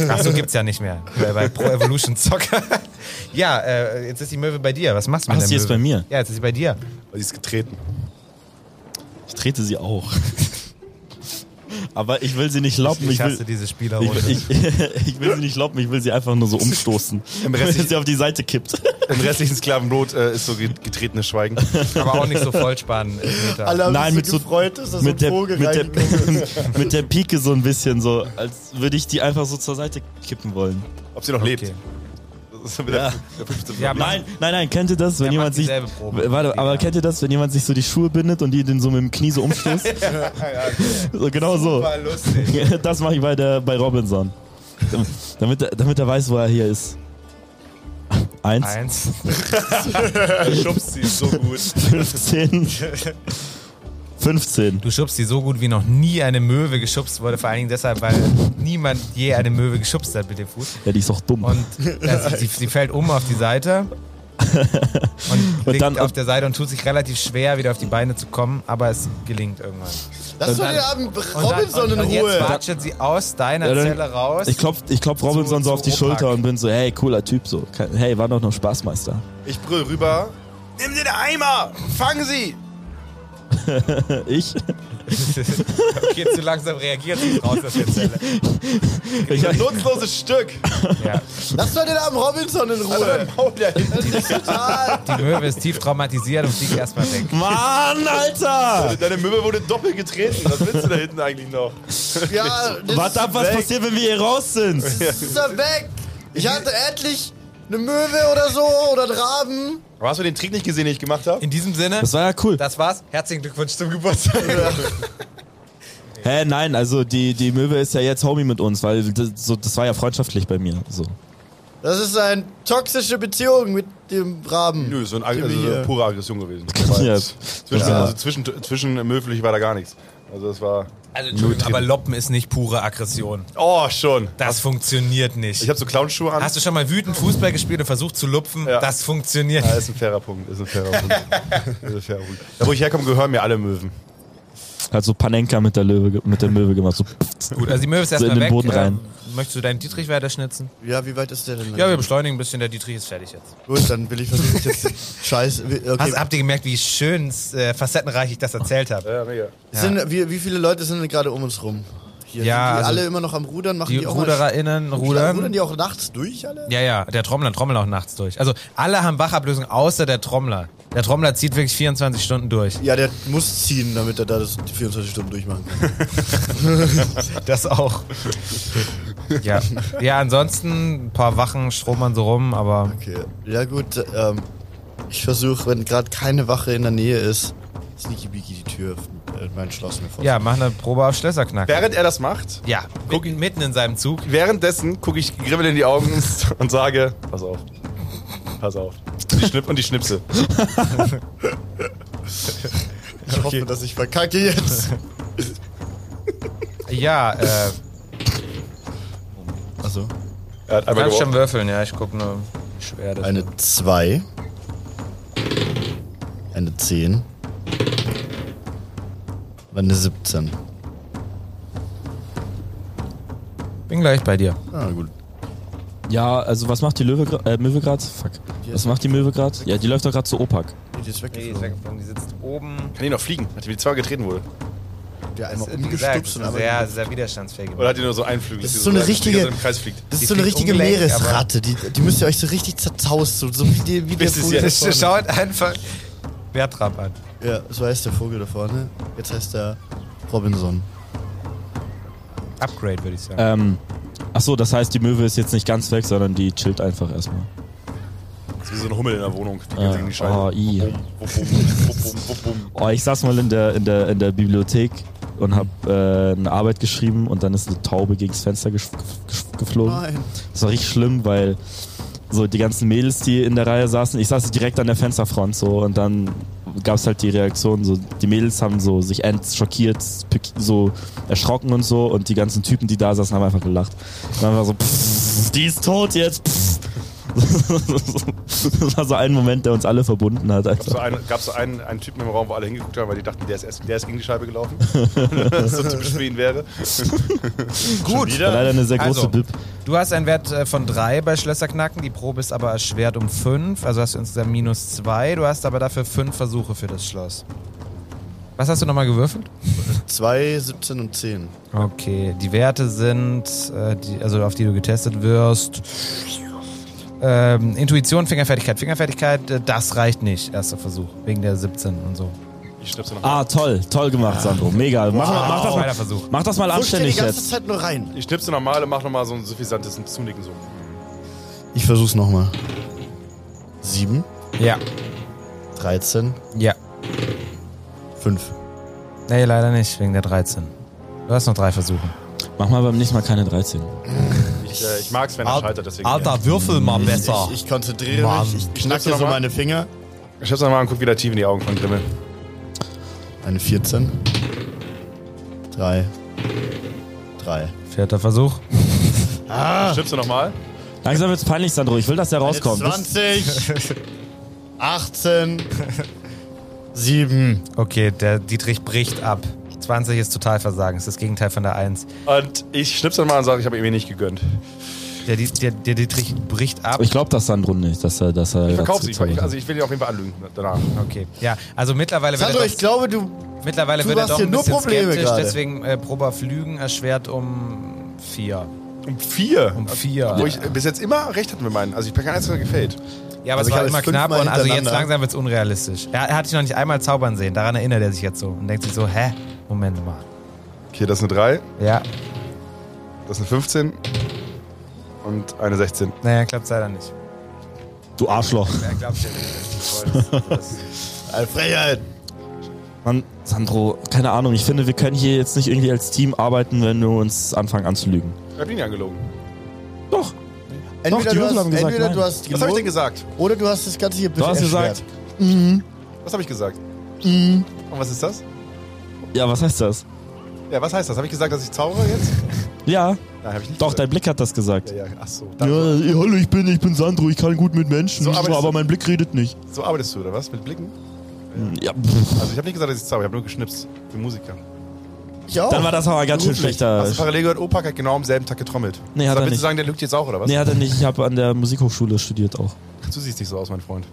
Speaker 3: Ach, so gibt's ja nicht mehr. Bei, bei Pro Evolution Soccer. ja, äh, jetzt ist die Möwe bei dir. Was machst du mit
Speaker 4: Ach,
Speaker 3: der
Speaker 4: sie ist
Speaker 3: Möwe?
Speaker 4: bei mir.
Speaker 3: Ja, jetzt ist sie bei dir.
Speaker 6: Sie ist getreten.
Speaker 4: Ich trete sie auch. Aber ich will sie nicht loppen.
Speaker 3: ich
Speaker 4: Ich,
Speaker 3: hasse
Speaker 4: will,
Speaker 3: diese Spielerrunde.
Speaker 4: ich, ich, ich will sie nicht loppen, ich will sie einfach nur so umstoßen.
Speaker 6: Rest-
Speaker 4: Wenn sie auf die Seite kippt.
Speaker 6: Im restlichen Sklavenblut äh, ist so get- getretenes Schweigen.
Speaker 3: aber auch nicht so vollspannen.
Speaker 5: Alle haben
Speaker 4: Nein,
Speaker 5: sich
Speaker 4: mit
Speaker 5: so
Speaker 4: so-
Speaker 5: gefreut, dass das
Speaker 4: mit,
Speaker 5: so
Speaker 4: der,
Speaker 5: ein Vogel
Speaker 4: mit,
Speaker 5: reingekommen ist.
Speaker 4: der, mit der Pike so ein bisschen so, als würde ich die einfach so zur Seite kippen wollen.
Speaker 6: Ob sie noch lebt. Das ist wieder der 15.
Speaker 3: Ja,
Speaker 4: Nein, nein, nein, kennt ihr das, wenn
Speaker 3: macht
Speaker 4: jemand sich.
Speaker 3: dieselbe Probe.
Speaker 4: Warte, aber kennt ihr das, wenn jemand sich so die Schuhe bindet und die den so mit dem Knie so umstößt? so, genau so.
Speaker 3: Super lustig.
Speaker 4: Das mache ich bei, der, bei Robinson. Damit, er- damit er weiß, wo er hier ist. Eins,
Speaker 3: Eins.
Speaker 6: schubst sie so gut.
Speaker 4: 15. 15.
Speaker 3: Du schubst sie so gut wie noch nie eine Möwe geschubst wurde. Vor allen Dingen deshalb, weil niemand je eine Möwe geschubst hat mit dem Fuß.
Speaker 4: Ja, die ist doch dumm.
Speaker 3: Und also, sie, sie fällt um auf die Seite und, liegt
Speaker 4: dann-
Speaker 3: auf der Seite und tut sich relativ schwer, wieder auf die Beine zu kommen, aber es gelingt irgendwann.
Speaker 5: Lass doch
Speaker 3: dann-
Speaker 5: den Abend
Speaker 3: Und dann-
Speaker 5: Robinson
Speaker 3: und,
Speaker 5: in
Speaker 3: und jetzt
Speaker 5: Ruhe.
Speaker 3: watschelt sie aus deiner
Speaker 4: Ja, dann-
Speaker 3: Zelle raus.
Speaker 4: ich klopf, ich klopf Robinson
Speaker 3: zu
Speaker 4: so auf die
Speaker 3: Opak.
Speaker 4: Schulter und bin so, hey, cooler Typ, so. Ke- Hey, war doch noch Spaßmeister.
Speaker 6: Ich brüll rüber. Nimm den Eimer! Fangen Sie!
Speaker 4: Ich?
Speaker 3: okay, zu langsam reagiert sie raus aus der Zelle.
Speaker 4: ich
Speaker 6: Nutzloses Stück!
Speaker 3: Ja.
Speaker 5: Lass doch den Abend Robinson in Ruhe. Das ist total.
Speaker 3: Die Möwe ist tief traumatisiert und fliegt erstmal weg.
Speaker 4: Mann, Alter!
Speaker 6: Deine Möwe wurde doppelt getreten. Was willst du da hinten eigentlich noch?
Speaker 5: Ja, das
Speaker 4: Warte ab, was
Speaker 5: weg.
Speaker 4: passiert, wenn wir hier raus sind?
Speaker 5: ist er weg. Ich hatte endlich eine Möwe oder so oder einen Raben.
Speaker 6: Aber hast du den Trick nicht gesehen, den ich gemacht habe?
Speaker 3: In diesem Sinne,
Speaker 4: Das war ja cool.
Speaker 3: das war's. Herzlichen Glückwunsch zum Geburtstag. Also,
Speaker 4: Hä, nein, also die, die Möwe ist ja jetzt Homie mit uns, weil das, so, das war ja freundschaftlich bei mir. So.
Speaker 5: Das ist eine toxische Beziehung mit dem Raben.
Speaker 6: Nö, so ein, Ag-
Speaker 5: Die wir
Speaker 6: also
Speaker 5: hier-
Speaker 6: pure Aggression gewesen.
Speaker 4: Ja.
Speaker 6: Zwischen, also zwischen, zwischen möglich war da gar nichts. Also das war.
Speaker 3: Also, Entschuldigung, aber Loppen ist nicht pure Aggression.
Speaker 6: Oh, schon.
Speaker 3: Das funktioniert nicht.
Speaker 6: Ich habe so Clownschuhe an.
Speaker 3: Hast du schon mal wütend Fußball gespielt und versucht zu lupfen?
Speaker 6: Ja.
Speaker 3: Das funktioniert.
Speaker 6: Ja, ist ein fairer Punkt. Ist ein fairer Punkt. ist ein fairer Punkt. Da wo ich herkomme, gehören mir alle Möwen.
Speaker 4: Hat so Panenka mit der, Löwe, ge- mit der Möwe gemacht. So.
Speaker 3: Gut, also die Möwe ist
Speaker 4: in
Speaker 3: erstmal
Speaker 4: den
Speaker 3: weg.
Speaker 4: Boden rein.
Speaker 3: Ähm, möchtest du deinen Dietrich weiterschnitzen?
Speaker 5: Ja, wie weit ist der denn?
Speaker 3: Ja, wir beschleunigen ein bisschen. Der Dietrich ist fertig jetzt.
Speaker 5: Gut, dann will ich versuchen, ich jetzt. Scheiße. wie- Okay.
Speaker 3: Hast, habt ihr gemerkt, wie schön äh, facettenreich ich das erzählt habe?
Speaker 6: Ja, mega.
Speaker 5: sind, wie, wie viele Leute sind denn gerade um uns rum? Hier,
Speaker 3: Ja,
Speaker 5: sind die
Speaker 3: also
Speaker 5: alle immer noch am Rudern, machen die,
Speaker 3: Die
Speaker 5: auch mal
Speaker 3: RudererInnen
Speaker 5: Rudern?
Speaker 3: rudern.
Speaker 5: die auch nachts durch alle?
Speaker 3: Ja, ja, der Trommler trommelt auch nachts durch. Also alle haben Wachablösung, außer der Trommler. Der Trommler zieht wirklich 24 Stunden durch.
Speaker 5: Ja, der muss ziehen, damit er da das 24 Stunden durchmachen kann.
Speaker 3: Das auch. ja. ja, ansonsten ein paar Wachen schrummern so rum, aber
Speaker 5: Okay. Ja gut, ähm, ich versuche, wenn gerade keine Wache in der Nähe ist, sneaky beaky die Tür auf äh, mein Schloss mir vor.
Speaker 3: ja, mach eine Probe auf Schlösserknack.
Speaker 6: Während er das macht,
Speaker 3: Ja, guck ihn mitten in seinem Zug.
Speaker 6: währenddessen gucke ich Grimmel in die Augen und sage: Pass auf. Pass auf. Die Schnipp und die Schnipse.
Speaker 5: Ich hoffe, dass ich verkacke jetzt.
Speaker 3: Ja, äh,
Speaker 5: Achso.
Speaker 6: Er hat
Speaker 3: Du
Speaker 6: einmal
Speaker 3: kannst schon
Speaker 6: geworfen.
Speaker 3: würfeln, ja, ich gucke nur, wie schwer das
Speaker 5: Eine 2. Eine 10. Eine 17.
Speaker 3: ist. Bin gleich bei dir.
Speaker 5: Ah, gut.
Speaker 4: Ja, also was macht die Löwe, gra- äh, Möwe grad? Fuck. Was macht die Möwe grad? Ja, die läuft doch gerade zu Opak.
Speaker 5: Die ist
Speaker 3: Die ist weggeflogen, die sitzt oben.
Speaker 6: Kann die noch fliegen? Hat die mit zweimal getreten wohl?
Speaker 5: Der
Speaker 3: Das
Speaker 5: einmal
Speaker 3: ist, wie gesagt,
Speaker 5: umgestupst
Speaker 3: ist
Speaker 5: und
Speaker 3: eine
Speaker 5: einmal-
Speaker 3: sehr, sehr widerstandsfähige.
Speaker 6: Oder hat die nur so einen Flügel?
Speaker 5: Das
Speaker 6: dass
Speaker 5: ist
Speaker 6: die
Speaker 5: so eine
Speaker 6: die ganze
Speaker 5: richtige-
Speaker 6: Zeit Im Kreis fliegt.
Speaker 5: Das
Speaker 3: Die
Speaker 5: ist so eine
Speaker 3: fliegt
Speaker 5: richtige
Speaker 3: ungelenkt,
Speaker 5: Meeresratte. Die, die müsst ihr euch so richtig zerzaust. So, so wie, die, wie der
Speaker 6: Bis es
Speaker 5: Vogel da
Speaker 6: jetzt-
Speaker 5: vorne.
Speaker 3: Schaut einfach Bertram an.
Speaker 5: Ja, so heißt der Vogel da vorne. Jetzt heißt er Robinson.
Speaker 3: Upgrade, würde ich sagen.
Speaker 4: Ähm, achso, das heißt, die Möwe ist jetzt nicht ganz weg, sondern die chillt einfach erstmal.
Speaker 6: Das ist wie so ein Hummel in der Wohnung. Die
Speaker 4: Äh,
Speaker 6: äh, gegen die Scheibe.
Speaker 4: oh, i.
Speaker 6: Wupp, wupp, wupp, wupp, wupp, wupp.
Speaker 4: Oh, ich saß mal in der, in der, in der Bibliothek und hab äh, eine Arbeit geschrieben und dann ist eine Taube gegens Fenster gesch- gesch- geflogen.
Speaker 5: Nein.
Speaker 4: Das war richtig schlimm, weil so die ganzen Mädels, die in der Reihe saßen, ich saß direkt an der Fensterfront so und dann gab es halt die Reaktion, so die Mädels haben so sich ends schockiert, pik- so erschrocken und so und die ganzen Typen, die da saßen, haben einfach gelacht. Und dann war so, pff, die ist tot jetzt. Pff. das war so ein Moment, der uns alle verbunden hat.
Speaker 6: Gab's so
Speaker 4: Einfach.
Speaker 6: einen, gab's so einen, einen Typen im Raum, wo alle hingeguckt haben, weil die dachten, der ist, erst- der ist gegen die Scheibe gelaufen. so typisch für ihn wäre.
Speaker 3: Gut.
Speaker 4: War leider eine sehr große
Speaker 3: Also.
Speaker 4: Bib.
Speaker 3: Du hast einen Wert äh, von 3 bei Schlösserknacken, die Probe ist aber erschwert um 5, also hast du insgesamt minus 2, du hast aber dafür 5 Versuche für das Schloss. Was hast du nochmal gewürfelt?
Speaker 5: 2, 17 und 10.
Speaker 3: Okay, die Werte sind, äh, die, also auf die du getestet wirst. Ähm, Intuition, Fingerfertigkeit, Fingerfertigkeit, äh, das reicht nicht, erster Versuch, wegen der 17 und so.
Speaker 6: Ich schnapp's noch.
Speaker 4: Ah, toll, toll gemacht, Sandro. Mega. Mach, mal- mach, das,
Speaker 3: Zweiter
Speaker 4: mal,
Speaker 3: Versuch.
Speaker 4: mach das mal
Speaker 5: Pusht ihr die
Speaker 4: anständig
Speaker 5: ganze
Speaker 4: jetzt.
Speaker 5: Zeit nur rein.
Speaker 6: Ich schnipse nochmal und mach nochmal so ein suffisantes Zunicken so.
Speaker 5: Ich versuch's nochmal. 7,
Speaker 3: Ja,
Speaker 5: 13,
Speaker 3: ja.
Speaker 5: 5.
Speaker 3: Nee, leider nicht, wegen der 13. Du hast noch drei Versuche.
Speaker 4: Mach mal beim nächsten Mal keine 13.
Speaker 6: Ich, äh, ich mag's, wenn er scheitert, deswegen.
Speaker 3: würfel mal
Speaker 5: Ich, ich konzentriere mich. Ich
Speaker 6: Schnappst du
Speaker 5: knacke so
Speaker 6: noch mal?
Speaker 5: meine Finger.
Speaker 6: Ich hab's nochmal und guck wieder tief in die Augen von Grimmel.
Speaker 5: Eine 14. 3. 3.
Speaker 3: Vierter Versuch.
Speaker 6: Ah. Schnipse nochmal.
Speaker 4: Langsam wird's peinlich, Sandro. Ich will, dass der rauskommt. Das-
Speaker 5: 20. 18. 7.
Speaker 3: Okay, der Dietrich bricht ab. 20 ist Totalversagen, ist das Gegenteil von der 1.
Speaker 6: Und ich schnipse nochmal und sage, ich habe ihm eh nicht gegönnt.
Speaker 3: Der, Diet- der, der Dietrich bricht ab.
Speaker 4: Ich glaube das Sandro nicht, dass er, dass er.
Speaker 6: Ich verkauf sie.
Speaker 4: das-
Speaker 6: Also ich will ihn auf jeden Fall anlügen danach.
Speaker 3: Okay, ja, also mittlerweile wird
Speaker 5: Sandro,
Speaker 3: er
Speaker 5: ich
Speaker 3: doch,
Speaker 5: glaube, du.
Speaker 3: mittlerweile
Speaker 5: du
Speaker 3: wird er
Speaker 5: hast
Speaker 3: doch
Speaker 5: hier
Speaker 3: ein
Speaker 5: nur
Speaker 3: bisschen
Speaker 5: Probleme
Speaker 3: skeptisch,
Speaker 5: gerade.
Speaker 3: deswegen äh, Probe auf Lügen erschwert um 4.
Speaker 6: Um vier.
Speaker 3: Um 4.
Speaker 6: Wo ich äh, bis jetzt immer recht hatte mit meinen. Also ich bin kein einziger gefällt.
Speaker 3: Ja, aber es
Speaker 5: Also ich
Speaker 3: war
Speaker 5: habe
Speaker 3: immer
Speaker 5: jetzt fünfmal
Speaker 3: knapp und also jetzt
Speaker 5: hintereinander.
Speaker 3: langsam wird's unrealistisch. Er, er hat dich noch nicht einmal zaubern sehen, daran erinnert er sich jetzt so und denkt sich so, hä? Moment mal.
Speaker 6: Okay, das ist eine 3,
Speaker 3: Ja,
Speaker 6: das ist eine 15 und eine 16.
Speaker 3: naja, klappt leider nicht.
Speaker 4: Du Arschloch.
Speaker 3: Er glaubt dir nicht.
Speaker 5: Eine Freiheit.
Speaker 4: Mann, Sandro, keine Ahnung. Ich finde, wir können hier jetzt nicht irgendwie als Team arbeiten, wenn wir uns anfangen anzulügen.
Speaker 6: Ich hab ihn ja angelogen.
Speaker 4: Doch.
Speaker 5: Entweder,
Speaker 4: die
Speaker 5: du,
Speaker 4: Würfel
Speaker 5: hast,
Speaker 4: haben gesagt,
Speaker 5: entweder
Speaker 4: nein.
Speaker 5: du hast
Speaker 6: Was habe ich denn
Speaker 5: gelogen
Speaker 6: gesagt?
Speaker 5: oder du hast das Ganze hier
Speaker 4: Du hast
Speaker 5: erschwert.
Speaker 4: gesagt.
Speaker 6: Was habe ich gesagt? Und was ist das?
Speaker 4: Ja, was heißt das?
Speaker 6: Ja, was heißt das? Habe ich gesagt, dass ich zaubere jetzt?
Speaker 4: Ja,
Speaker 6: Nein, habe ich nicht
Speaker 4: doch, dein
Speaker 6: gesagt.
Speaker 4: Blick hat das gesagt.
Speaker 6: Ja, ja, ach so.
Speaker 4: Ja,
Speaker 6: Danke.
Speaker 4: hallo, ich bin, ich bin Sandro, ich kann gut mit Menschen,
Speaker 6: So arbeitest du-
Speaker 4: mein Blick redet nicht.
Speaker 6: So arbeitest du, oder was? Mit Blicken?
Speaker 4: Ja, pff.
Speaker 6: Also ich habe nicht gesagt, dass ich zaubere, ich habe nur geschnipst. Ich bin Musiker.
Speaker 5: Ich auch.
Speaker 4: Dann war das aber ganz schön
Speaker 5: Beruflich.
Speaker 4: schlechter.
Speaker 6: Hast du parallel gehört, Opak hat genau am selben Tag getrommelt.
Speaker 4: Nee, hat
Speaker 6: Soll
Speaker 4: er
Speaker 6: willst
Speaker 4: nicht.
Speaker 6: du sagen, der lügt jetzt auch, oder was?
Speaker 4: Nee, hat er nicht. Ich habe an der Musikhochschule studiert auch.
Speaker 6: Du siehst nicht so aus, mein Freund.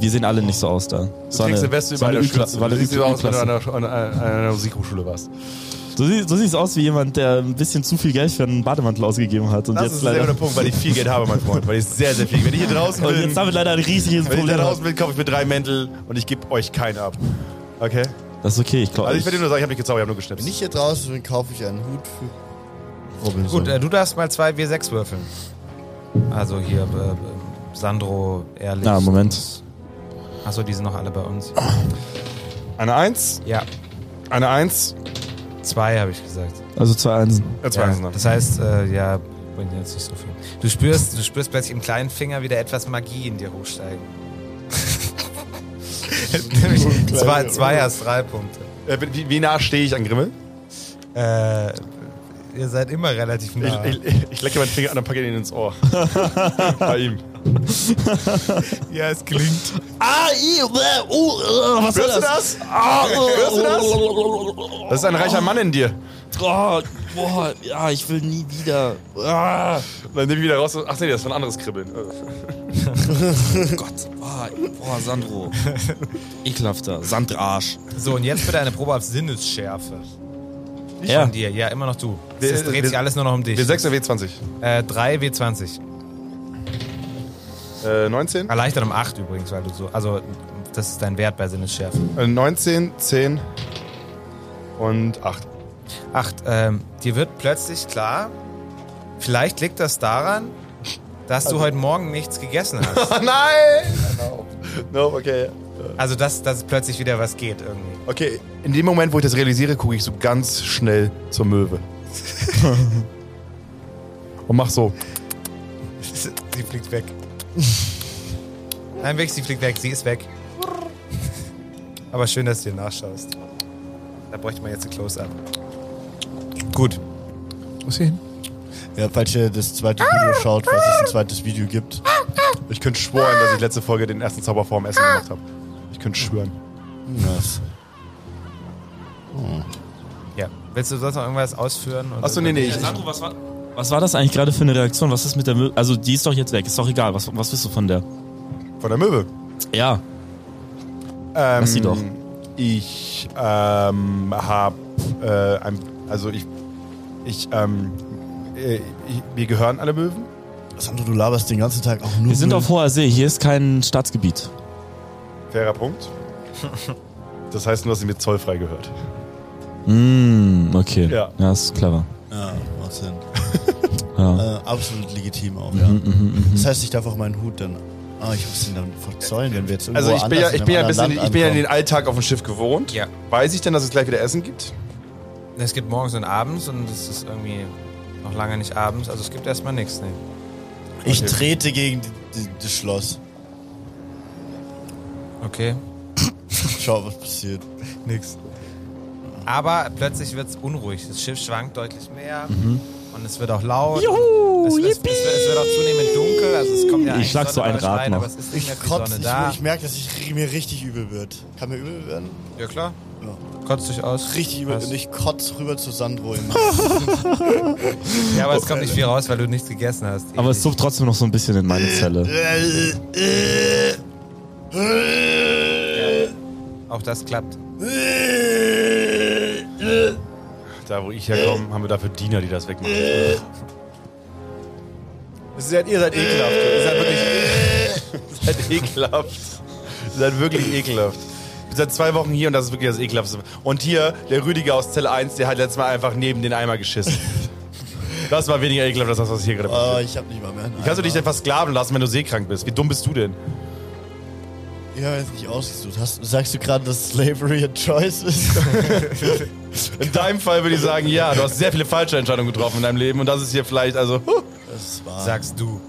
Speaker 4: Wir sehen alle nicht so aus da.
Speaker 6: Du trägst eine Weste über
Speaker 4: eine
Speaker 6: einer
Speaker 4: Ü-Klasse.
Speaker 6: Schürze.
Speaker 4: war
Speaker 6: Du
Speaker 4: eine
Speaker 6: siehst so aus, wenn du
Speaker 4: Ü-Klasse.
Speaker 6: an einer, an einer, an einer Musikhochschule warst.
Speaker 4: Du, siehst- du siehst aus wie jemand, der ein bisschen zu viel Geld für einen Bademantel ausgegeben hat. Und
Speaker 6: Das
Speaker 4: jetzt
Speaker 6: ist ein sehr
Speaker 4: leider
Speaker 6: guter Punkt, weil ich viel Geld habe, mein Freund. Weil ich sehr, sehr viel. Wenn ich hier draußen
Speaker 4: Und
Speaker 6: bin,
Speaker 4: jetzt damit leider ein riesiges
Speaker 6: wenn ich
Speaker 4: Problem.
Speaker 6: da
Speaker 4: hat.
Speaker 6: draußen bin, kaufe ich mir drei Mäntel und ich gebe euch keinen ab. Okay?
Speaker 4: Das ist okay, ich glaube.
Speaker 6: Also ich werde dir nur sagen, ich habe nicht gezaubert, ich habe nur geschnipst.
Speaker 5: Wenn ich hier draußen bin, kaufe ich einen Hut für Robinson.
Speaker 3: Gut, äh, du darfst mal zwei W6 würfeln. Also hier, äh, äh, Sandro, Ehrlich.
Speaker 4: Na, Moment.
Speaker 3: Achso, die sind noch alle bei uns.
Speaker 6: Eine Eins,
Speaker 3: Ja,
Speaker 6: eine Eins,
Speaker 3: zwei habe ich gesagt.
Speaker 4: Also zwei Einsen.
Speaker 6: äh, zwei
Speaker 3: Ja,
Speaker 6: Einsen dann.
Speaker 3: das heißt, äh, ja, bringt jetzt nicht so viel. Du spürst, du spürst plötzlich im kleinen Finger wieder etwas Magie in dir hochsteigen. Nämlich zwei, zwei hast drei Punkte.
Speaker 6: Äh, wie, wie nah stehe ich an Grimmel?
Speaker 3: Äh, Ihr seid immer relativ nah.
Speaker 6: Ich, ich, ich lecke meinen Finger an und packe ihn ins Ohr. Bei ihm.
Speaker 3: ja, es klingt.
Speaker 4: Ah, i, uh, uh, was soll
Speaker 6: Hörst du
Speaker 4: das?
Speaker 6: das?
Speaker 4: Ah, uh,
Speaker 6: Hörst du das? Das ist ein reicher Mann in dir.
Speaker 4: Oh, boah, ja, ich will nie wieder.
Speaker 6: Ah, und dann nehme ich wieder raus. und- Ach nee, das war ein anderes Kribbeln.
Speaker 4: Gott, ah, boah, Sandro. Ekelhafter. Sandrarsch.
Speaker 3: So, und jetzt bitte eine Probe auf Sinnesschärfe.
Speaker 4: Ja.
Speaker 3: Von dir, ja, immer noch du.
Speaker 6: Wir-
Speaker 3: Es dreht
Speaker 6: wir-
Speaker 3: sich alles nur noch um dich.
Speaker 6: W6 oder W20?
Speaker 3: Äh, 3 W20.
Speaker 6: Äh, 19?
Speaker 3: Erleichtert um 8 übrigens, weil du so. Also, das ist dein Wert bei Sinnesschärfe.
Speaker 6: Äh, 19, 10 und 8.
Speaker 3: 8. Ähm, dir wird plötzlich klar, vielleicht liegt das daran, dass
Speaker 6: Also-
Speaker 3: du heute Morgen nichts gegessen hast.
Speaker 6: Oh nein! No, okay.
Speaker 3: also, dass, dass plötzlich wieder was geht irgendwie.
Speaker 6: Okay, in dem Moment, wo ich das realisiere, gucke ich so ganz schnell zur Möwe. und mach so.
Speaker 3: Sie fliegt weg. Nein, weg, sie fliegt weg, sie ist weg. Aber schön, dass du dir nachschaust. Da bräuchte man jetzt ein Close-Up. Gut.
Speaker 6: Wo ist sie hin?
Speaker 5: Ja, falls ihr das zweite Video schaut, falls es ein zweites Video gibt.
Speaker 6: Ich könnte schwören, dass ich letzte Folge den ersten Zauber vor dem Essen gemacht habe. Ich könnte schwören.
Speaker 5: Nice.
Speaker 3: Ja. Willst du sonst noch irgendwas ausführen? oder-
Speaker 6: Achso, nee, nee. Ich,
Speaker 4: Sandro, was war. Was war das eigentlich gerade für eine Reaktion? Was ist mit der Mö Also, die ist doch jetzt weg. Ist doch egal. Was, was bist du von der?
Speaker 6: von der Möwe.
Speaker 4: Ja.
Speaker 6: Ähm,
Speaker 4: sie doch.
Speaker 6: Ich ähm, hab, äh, ein, also ich, ich, ähm, äh, ich, wir gehören alle Möwen.
Speaker 5: Sandro, du laberst den ganzen Tag auch nur.
Speaker 4: Wir sind
Speaker 5: Müll.
Speaker 4: auf hoher See. Hier ist kein Staatsgebiet.
Speaker 6: Fairer Punkt. Das heißt nur, dass sie mir zollfrei gehört.
Speaker 4: Mm, okay.
Speaker 6: Ja.
Speaker 4: ja, ist clever.
Speaker 5: Ja, macht Sinn. Äh,
Speaker 4: Ja.
Speaker 5: absolut legitim auch,
Speaker 6: Mhm,
Speaker 5: ja. Das heißt, ich darf auch meinen Hut dann. Ah, ich muss ihn dann verzollen, wenn wir jetzt irgendwo
Speaker 6: Also ich bin ja,
Speaker 5: anders
Speaker 6: ich bin ja ein
Speaker 5: in einem
Speaker 6: bisschen,
Speaker 5: anderen
Speaker 6: ich bin ja
Speaker 5: Land
Speaker 6: den Alltag auf dem Schiff gewohnt.
Speaker 3: Ja.
Speaker 6: Weiß ich denn, dass es gleich wieder Essen gibt?
Speaker 3: Es gibt morgens und abends und es ist irgendwie noch lange nicht abends. Also es gibt erstmal nichts. Nee.
Speaker 5: ankomme. ich trete gegen die, die, das Schloss.
Speaker 3: Okay.
Speaker 5: Schau, was passiert.
Speaker 3: Nix. Aber plötzlich wird es unruhig. Das Schiff schwankt deutlich mehr und es wird auch laut. Juhu, es, es, es, wird, es wird auch zunehmend dunkel. Also es kommt ja
Speaker 4: Ich
Speaker 3: eigentlich
Speaker 4: schlag
Speaker 3: Sonne
Speaker 4: so ein
Speaker 3: bald
Speaker 4: Rad
Speaker 3: rein,
Speaker 4: noch.
Speaker 3: Aber es ist nicht
Speaker 5: Ich
Speaker 3: mehr viel
Speaker 5: kotze,
Speaker 3: Sonne
Speaker 5: ich,
Speaker 3: da.
Speaker 5: ich merke, dass ich mir richtig übel wird. Kann mir übel werden?
Speaker 3: ja klar.
Speaker 5: Ja.
Speaker 3: Kotzt euch aus.
Speaker 5: Richtig übel.
Speaker 3: Was?
Speaker 5: Und ich kotze rüber zu Sandro. In
Speaker 3: Ja, aber es kommt nicht viel raus, weil du nichts gegessen hast.
Speaker 4: Aber es suppt trotzdem noch so ein bisschen in meine Zelle.
Speaker 5: Ah,
Speaker 3: auch das klappt.
Speaker 6: Da, wo ich herkomme, haben wir dafür Diener, die das wegmachen. Ihr seid, ihr seid ekelhaft. Ihr seid wirklich ihr seid ekelhaft. Ihr seid wirklich ekelhaft. Ich bin seit zwei Wochen hier und das ist wirklich das Ekelhafteste. Und hier, der Rüdiger aus Zelle 1, der hat letztes Mal einfach neben den Eimer geschissen. Das war weniger ekelhaft als das, was hier gerade passiert.
Speaker 5: oh, ich hab nicht mal mehr. einen
Speaker 6: Kannst du dich denn
Speaker 5: Eimer.
Speaker 6: versklaven lassen, wenn du seekrank bist? Wie dumm bist du denn?
Speaker 5: Ich hab jetzt nicht ausgesucht. Hast, sagst du gerade, dass Slavery a choice ist?
Speaker 6: In deinem Fall würde ich sagen, ja, du hast sehr viele falsche Entscheidungen getroffen in deinem Leben und das ist hier vielleicht, also, huh,
Speaker 5: Das war
Speaker 3: Sagst du.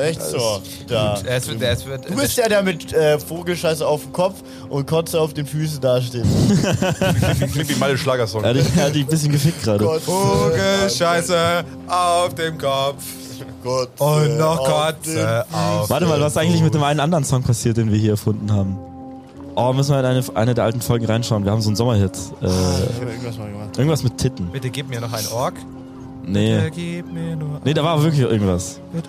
Speaker 5: echt so. Da.
Speaker 3: Es wird, es wird,
Speaker 5: Du bist der, der mit äh, Vogelscheiße auf dem Kopf und Kotze auf den Füßen dasteht.
Speaker 6: klingt wie Malle Schlagersong.
Speaker 4: Er hat dich- er hat dich ein bisschen gefickt gerade.
Speaker 3: Vogelscheiße Oh, auf dem Kopf
Speaker 5: Gott.
Speaker 3: und noch Oh, Kotze auf.
Speaker 4: Warte mal, was ist eigentlich mit dem einen anderen Song passiert, den wir hier erfunden haben? Oh, müssen wir in eine, eine der alten Folgen reinschauen. Wir haben so einen Sommerhit. Äh,
Speaker 5: Ich hab irgendwas mal gemacht.
Speaker 4: irgendwas mit Titten.
Speaker 3: Bitte gib mir noch ein Org.
Speaker 4: Nee.
Speaker 3: Gib mir nur
Speaker 4: Nee, da war wirklich irgendwas.
Speaker 5: Äh,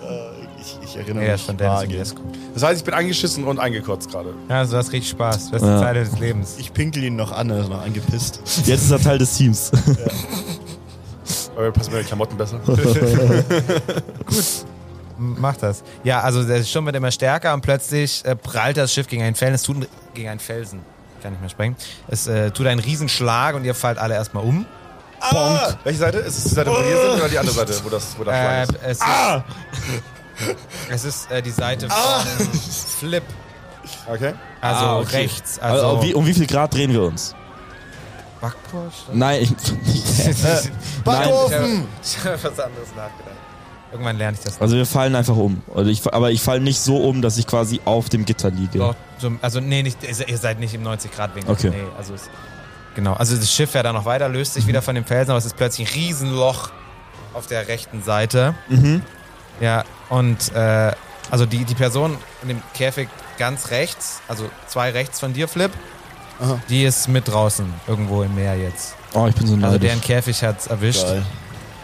Speaker 5: ich, ich erinnere
Speaker 3: Ja,
Speaker 5: mich.
Speaker 3: ist von Dennis
Speaker 5: vage.
Speaker 3: Iliescu.
Speaker 6: Das heißt, ich bin angeschissen und eingekotzt gerade.
Speaker 3: Ja, also du hast richtig Spaß. Beste
Speaker 4: Ja.
Speaker 3: Zeit deines Lebens.
Speaker 5: Ich pinkel ihn noch an, er ist noch angepisst.
Speaker 4: Jetzt ist er Teil des Teams.
Speaker 6: Aber passen meine Klamotten besser.
Speaker 3: M- Mach das. Ja, also der Sturm wird immer stärker und plötzlich äh, prallt das Schiff gegen einen Felsen. Es tut ein- gegen einen Felsen. Kann nicht mehr sprechen. Es äh, tut einen Riesenschlag und ihr fallt alle erstmal um.
Speaker 6: Ah, welche Seite? Ist es die Seite, wo wir sind oder die andere Seite, wo das, wo das
Speaker 3: Äh,
Speaker 6: Schlag ist?
Speaker 3: es,
Speaker 4: Ah!
Speaker 3: ist, es ist äh, die Seite von Flip.
Speaker 6: Okay.
Speaker 3: Also
Speaker 4: Ah, okay.
Speaker 3: rechts.
Speaker 4: Also,
Speaker 3: Also,
Speaker 4: wie, um wie viel Grad drehen wir uns?
Speaker 3: Backpush?
Speaker 4: Nein, ich, Äh.
Speaker 3: ich habe
Speaker 5: Backofen!
Speaker 3: ich hab was anderes nachgedacht. Irgendwann lerne ich das noch.
Speaker 4: also wir fallen einfach um. Oder ich, aber ich falle nicht so um, dass ich quasi auf dem Gitter liege.
Speaker 3: Doch, so, also nee, nicht, ihr se- ihr seid nicht im 90-Grad-Winkel.
Speaker 4: Okay.
Speaker 3: Nee, also es, genau, also das Schiff fährt dann noch weiter, löst sich wieder von dem Felsen, aber es ist plötzlich ein Riesenloch auf der rechten Seite. Ja, und äh, also die, die Person in dem Käfig ganz rechts, also zwei rechts von dir, Flip,
Speaker 5: Aha.
Speaker 3: die ist mit draußen irgendwo im Meer jetzt.
Speaker 4: Oh, ich bin so
Speaker 3: Also
Speaker 4: neidisch.
Speaker 3: deren Käfig hat's erwischt.
Speaker 5: Geil.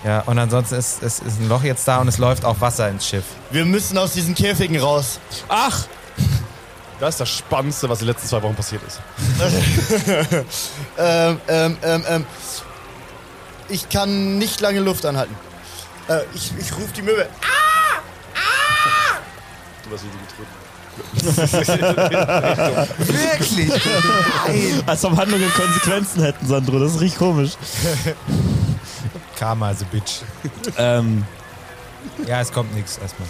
Speaker 3: Ja, und ansonsten ist, ist, ist ein Loch jetzt da und es läuft auch Wasser ins Schiff.
Speaker 5: Wir müssen aus diesen Käfigen raus.
Speaker 4: Ach!
Speaker 6: Das ist das Spannendste, was die letzten zwei Wochen passiert ist.
Speaker 5: Ähm, ähm, ähm, ähm. Ich kann nicht lange Luft anhalten. Äh, ich ich rufe die Möwe.
Speaker 6: Du hast wieder getreten.
Speaker 3: Wirklich?
Speaker 4: Als ob Handlungen Konsequenzen hätten, Sandro. Das ist richtig komisch.
Speaker 3: Karma, the bitch.
Speaker 4: Ähm,
Speaker 3: Ja, es kommt nichts erstmal.